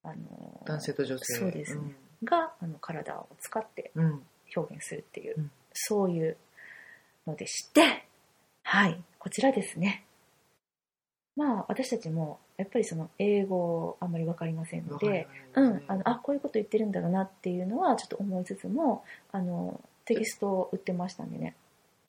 A: あの
B: 男性と女性
A: そうですねがあの体を使って
B: うんうん
A: 表現するっていう、
B: うん
A: そういうのでしてはいこちらですねまあ私たちもやっぱりその英語あんまり分かりませんの
B: わかる
A: で
B: よね
A: うん、あのあこういうこと言ってるんだろうなっていうのはちょっと思いつつもあのテキストを売ってましたんでね、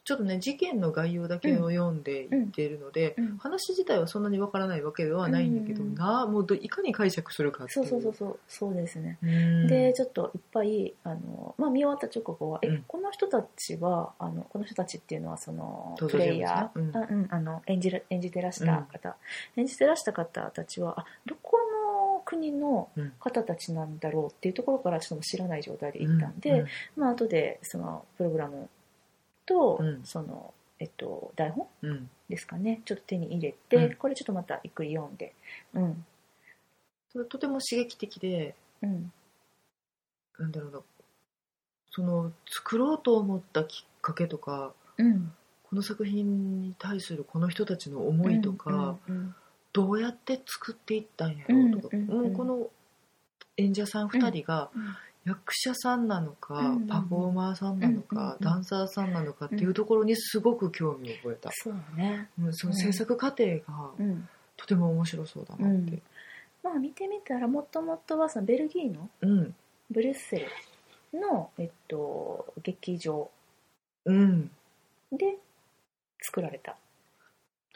B: ちょっとね事件の概要だけを読んでいっているので、
A: うん、
B: 話自体はそんなにわからないわけではないんだけど、
A: うん
B: なもうどいかに解釈するかってい
A: そううそうそうそうそうですね
B: うん
A: でちょっといっぱいあの、まあ、見終わった直後は、
B: う
A: え
B: ん
A: この人たちはあのこの人たちっていうのはそのプ
B: 登場
A: レイ
B: 人物
A: ヤ
B: ね
A: ー、あうんあの演じる演じてらした方、演じてらした方たちはあどこの国の
B: うん
A: 方たちなんだろうっていうところからちょっともう知らない状態で行ったんで、
B: うう
A: まあ後でそのプログラムと、
B: うん
A: そのえっと、台本
B: うん
A: ですかねちょっと手に入れて、
B: うん
A: これちょっとまたゆっくり読んで、うん
B: それとても刺激的で
A: うん、
B: なんだろうなその作ろうと思ったきっかけとか
A: うん、
B: この作品に対するこの人たちの思いとか、
A: うんうん
B: どうやって作っていったんやろうとか、
A: うんうんうん
B: もうこの演者さん2人が
A: うんうん
B: 役者さんなのか、
A: うんうんうん
B: パフォーマーさんなのか、
A: うんうんうん
B: ダンサーさんなのかっていうところにすごく興味を覚えた、
A: そうね、
B: うんその制作過程が
A: うん、
B: とても面白そうだなって、
A: まあ見てみたらもともとはそのベルギーの
B: うん
A: ブリュッセルの、えっと、劇場
B: うん、
A: で作られた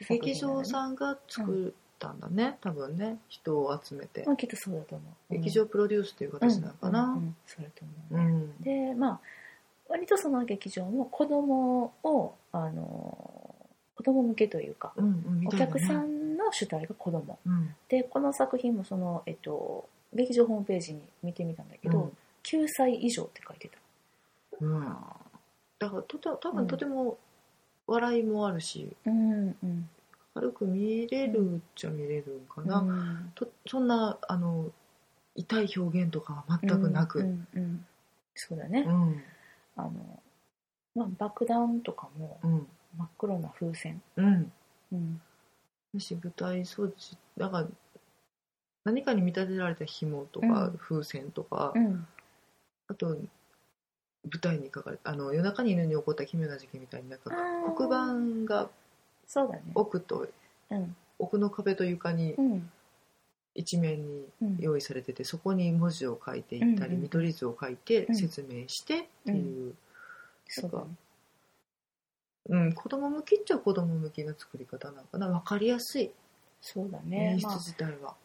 B: 劇場
A: ん、
B: さんが作ったんだね、多分ね人を集めて
A: まあ、きっとそうだと思う
B: 劇場プロデュースという形なのか
A: うんうんう
B: な。
A: んそうだと思う、
B: うん。
A: でまあ割とその劇場も子供をあの子供向けというか、
B: うんうん
A: お客さ
B: ん。
A: んの主体が子供
B: うん。
A: でこの作品もその、えっと、劇場ホームページに見てみたんだけど、9歳以上って書いてた
B: うん。だからとて多分とても笑いもあるし、
A: うんうん
B: 軽く見れるっちゃ見れるんかな。
A: うん
B: とそんなあの痛い表現とかは全くな
A: う
B: く。
A: んうんそうだね、
B: うん。
A: あのまあ、爆弾とかも
B: うん。
A: 真っ黒な風船、
B: うん。
A: うん
B: だし舞台装置だから何かに見立てられた紐とか、
A: うん
B: 風船とか、
A: うん
B: あと舞台に書かれたあの夜中に犬に起こった奇妙な事件みたいになんか
A: あー
B: 黒板が
A: そうだね
B: 奥と
A: うん
B: 奥の壁と床に
A: うん
B: 一面に
A: うん
B: 用意されててそこに文字を書いていった
A: うんう
B: り
A: ん
B: 見取り図を書いて
A: うん
B: 説明してっていう、
A: そうだね
B: うん、子供向きっちゃ子供向きの作り方なのかな分かりやすい
A: そうだね
B: 演出
A: ま
B: 自体は。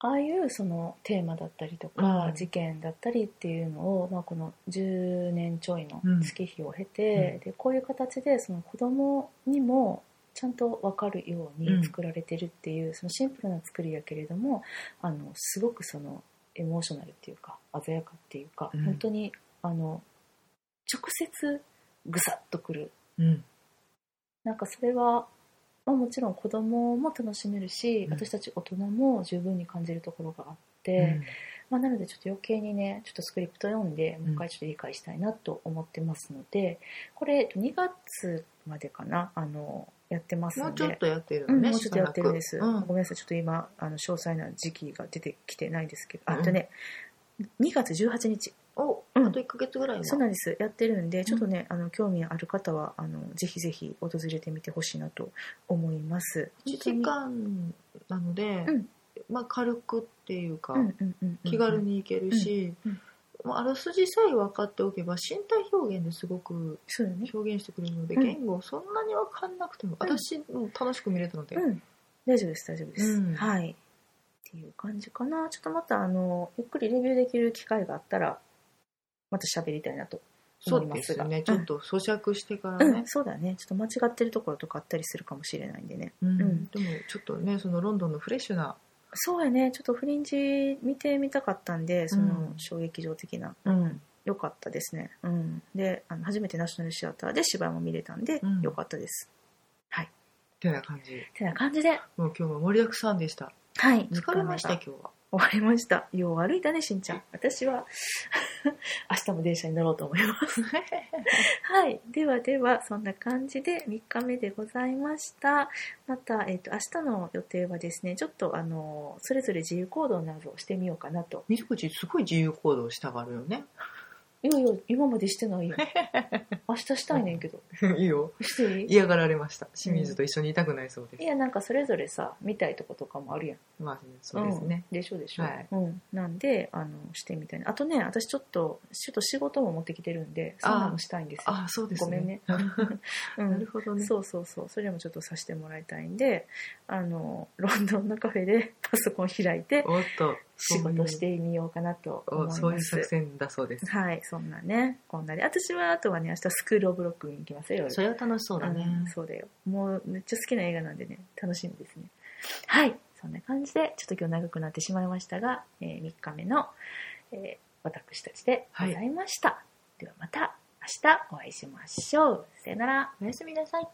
A: あ、ああいうそのテーマだったりとか、
B: うん
A: 事件だったりっていうのを、まあ、この10年ちょいの
B: うん
A: 月日を経て、
B: うん
A: でこういう形でその子供にもちゃんと分かるように作られてるっていう、そのシンプルな作りやけれどもあのすごくそのエモーショナルっていうか鮮やかっていうか、
B: うん
A: 本当にあの直接ぐさっとくる
B: うん
A: なんかそれは、まあ、もちろん子供も楽しめるし、
B: うん
A: 私たち大人も十分に感じるところがあって、
B: うん
A: まあ、なのでちょっと余計にねちょっとスクリプト読んで
B: ん
A: もう一回ちょっと理解したいなと思ってますので、これえっと2月までかなあのやってます
B: も
A: の
B: う
A: で
B: ちょっとやってる
A: う
B: の
A: ん、
B: ね、
A: もうちょっとやってるんです、
B: しばらく
A: ごめんなさいちょっと今あの詳細な時期が出てきてないですけどああとね、2月18日
B: うん、お、
A: うん
B: あと1ヶ月ぐらいは
A: そうなんですやってるんでちょっとね、あの興味ある方はあのぜひぜひ訪れてみてほしいなと思います
B: 1時間なので、
A: うん
B: まあ、軽くっていうか、
A: 本当にうんうんうんうん
B: 気軽に行けるし、
A: うん
B: もうあらすじさえ分かっておけば身体表現ですごく
A: そうよね
B: 表現してくれるので、
A: うん
B: 言語そんなに分かんなくても、私も楽しく見れたので、
A: うん、大丈夫です大丈夫です、
B: うん
A: はいっていう感じかなちょっとまたあのゆっくりレビューできる機会があったらまた喋りたいなと、
B: そうです
A: 思い
B: ね
A: ます
B: ち
A: が
B: ょっと咀嚼してから
A: うん
B: ね、
A: そうだねちょっと間違ってるところとかあったりするかもしれないんでね
B: うん
A: うん
B: でもちょっとねそのロンドンのフレッシュな、
A: そうやねちょっとフリンジ見てみたかったんでその
B: うん
A: 衝撃場的な、
B: うん
A: 良かったですね、うん、であの初めてナショナルシアターで芝居も見れたんで
B: うん
A: 良かったです、
B: てな感じ
A: てな感じで
B: もう今日も盛りだくさんでした
A: はい
B: 疲れました
A: なか
B: 今日は
A: なか終わりましたよう歩いたねしんちゃん私は 明日も電車に乗ろうと思いますはい。ではでは、そんな感じで3日目でございました。また、えっ、と、明日の予定はですね、ちょっと、あの、それぞれ自由行動などをしてみようかなと。
B: 水口すごい自由行動したがるよ ね
A: いやいや、今までしてないよ。明日したいねんけど。
B: いいよ
A: していい
B: 嫌がられました清水と一緒にいたくないそう
A: い
B: で
A: や、なんかそれぞれさ、見たいとことかもあるやん。
B: すまあそうですね、
A: うんでしょでしょ。
B: はい
A: うん。なんで、あの、してみたいな。あとね、私ちょっと、ちょっと仕事も持ってきてるんで、そんなのもしたいんですよ。
B: ああそうです
A: ごめん ねう
B: なんる。ほどね
A: そうそうそうそれもちょっとさせてもらいたいんであのロンドンのカフェで パソコン開いて
B: おっと
A: 仕
B: そうい
A: 事
B: う
A: してみようかなと思い
B: お
A: ます
B: そういう作戦だそうです
A: はいそんなねこんなで私はあとはね明日スクール・オブ・ロックに行きますよ夜
B: それは楽しそうだ
A: うん
B: ね
A: そうだよもうめっちゃ好きな映画なんでね楽しみですねはいそんな感じでちょっと今日長くなってしまいましたが、え3日目の、えー私たちでございました、ではまた明日お会いしましょうさよなら
B: おやすみなさい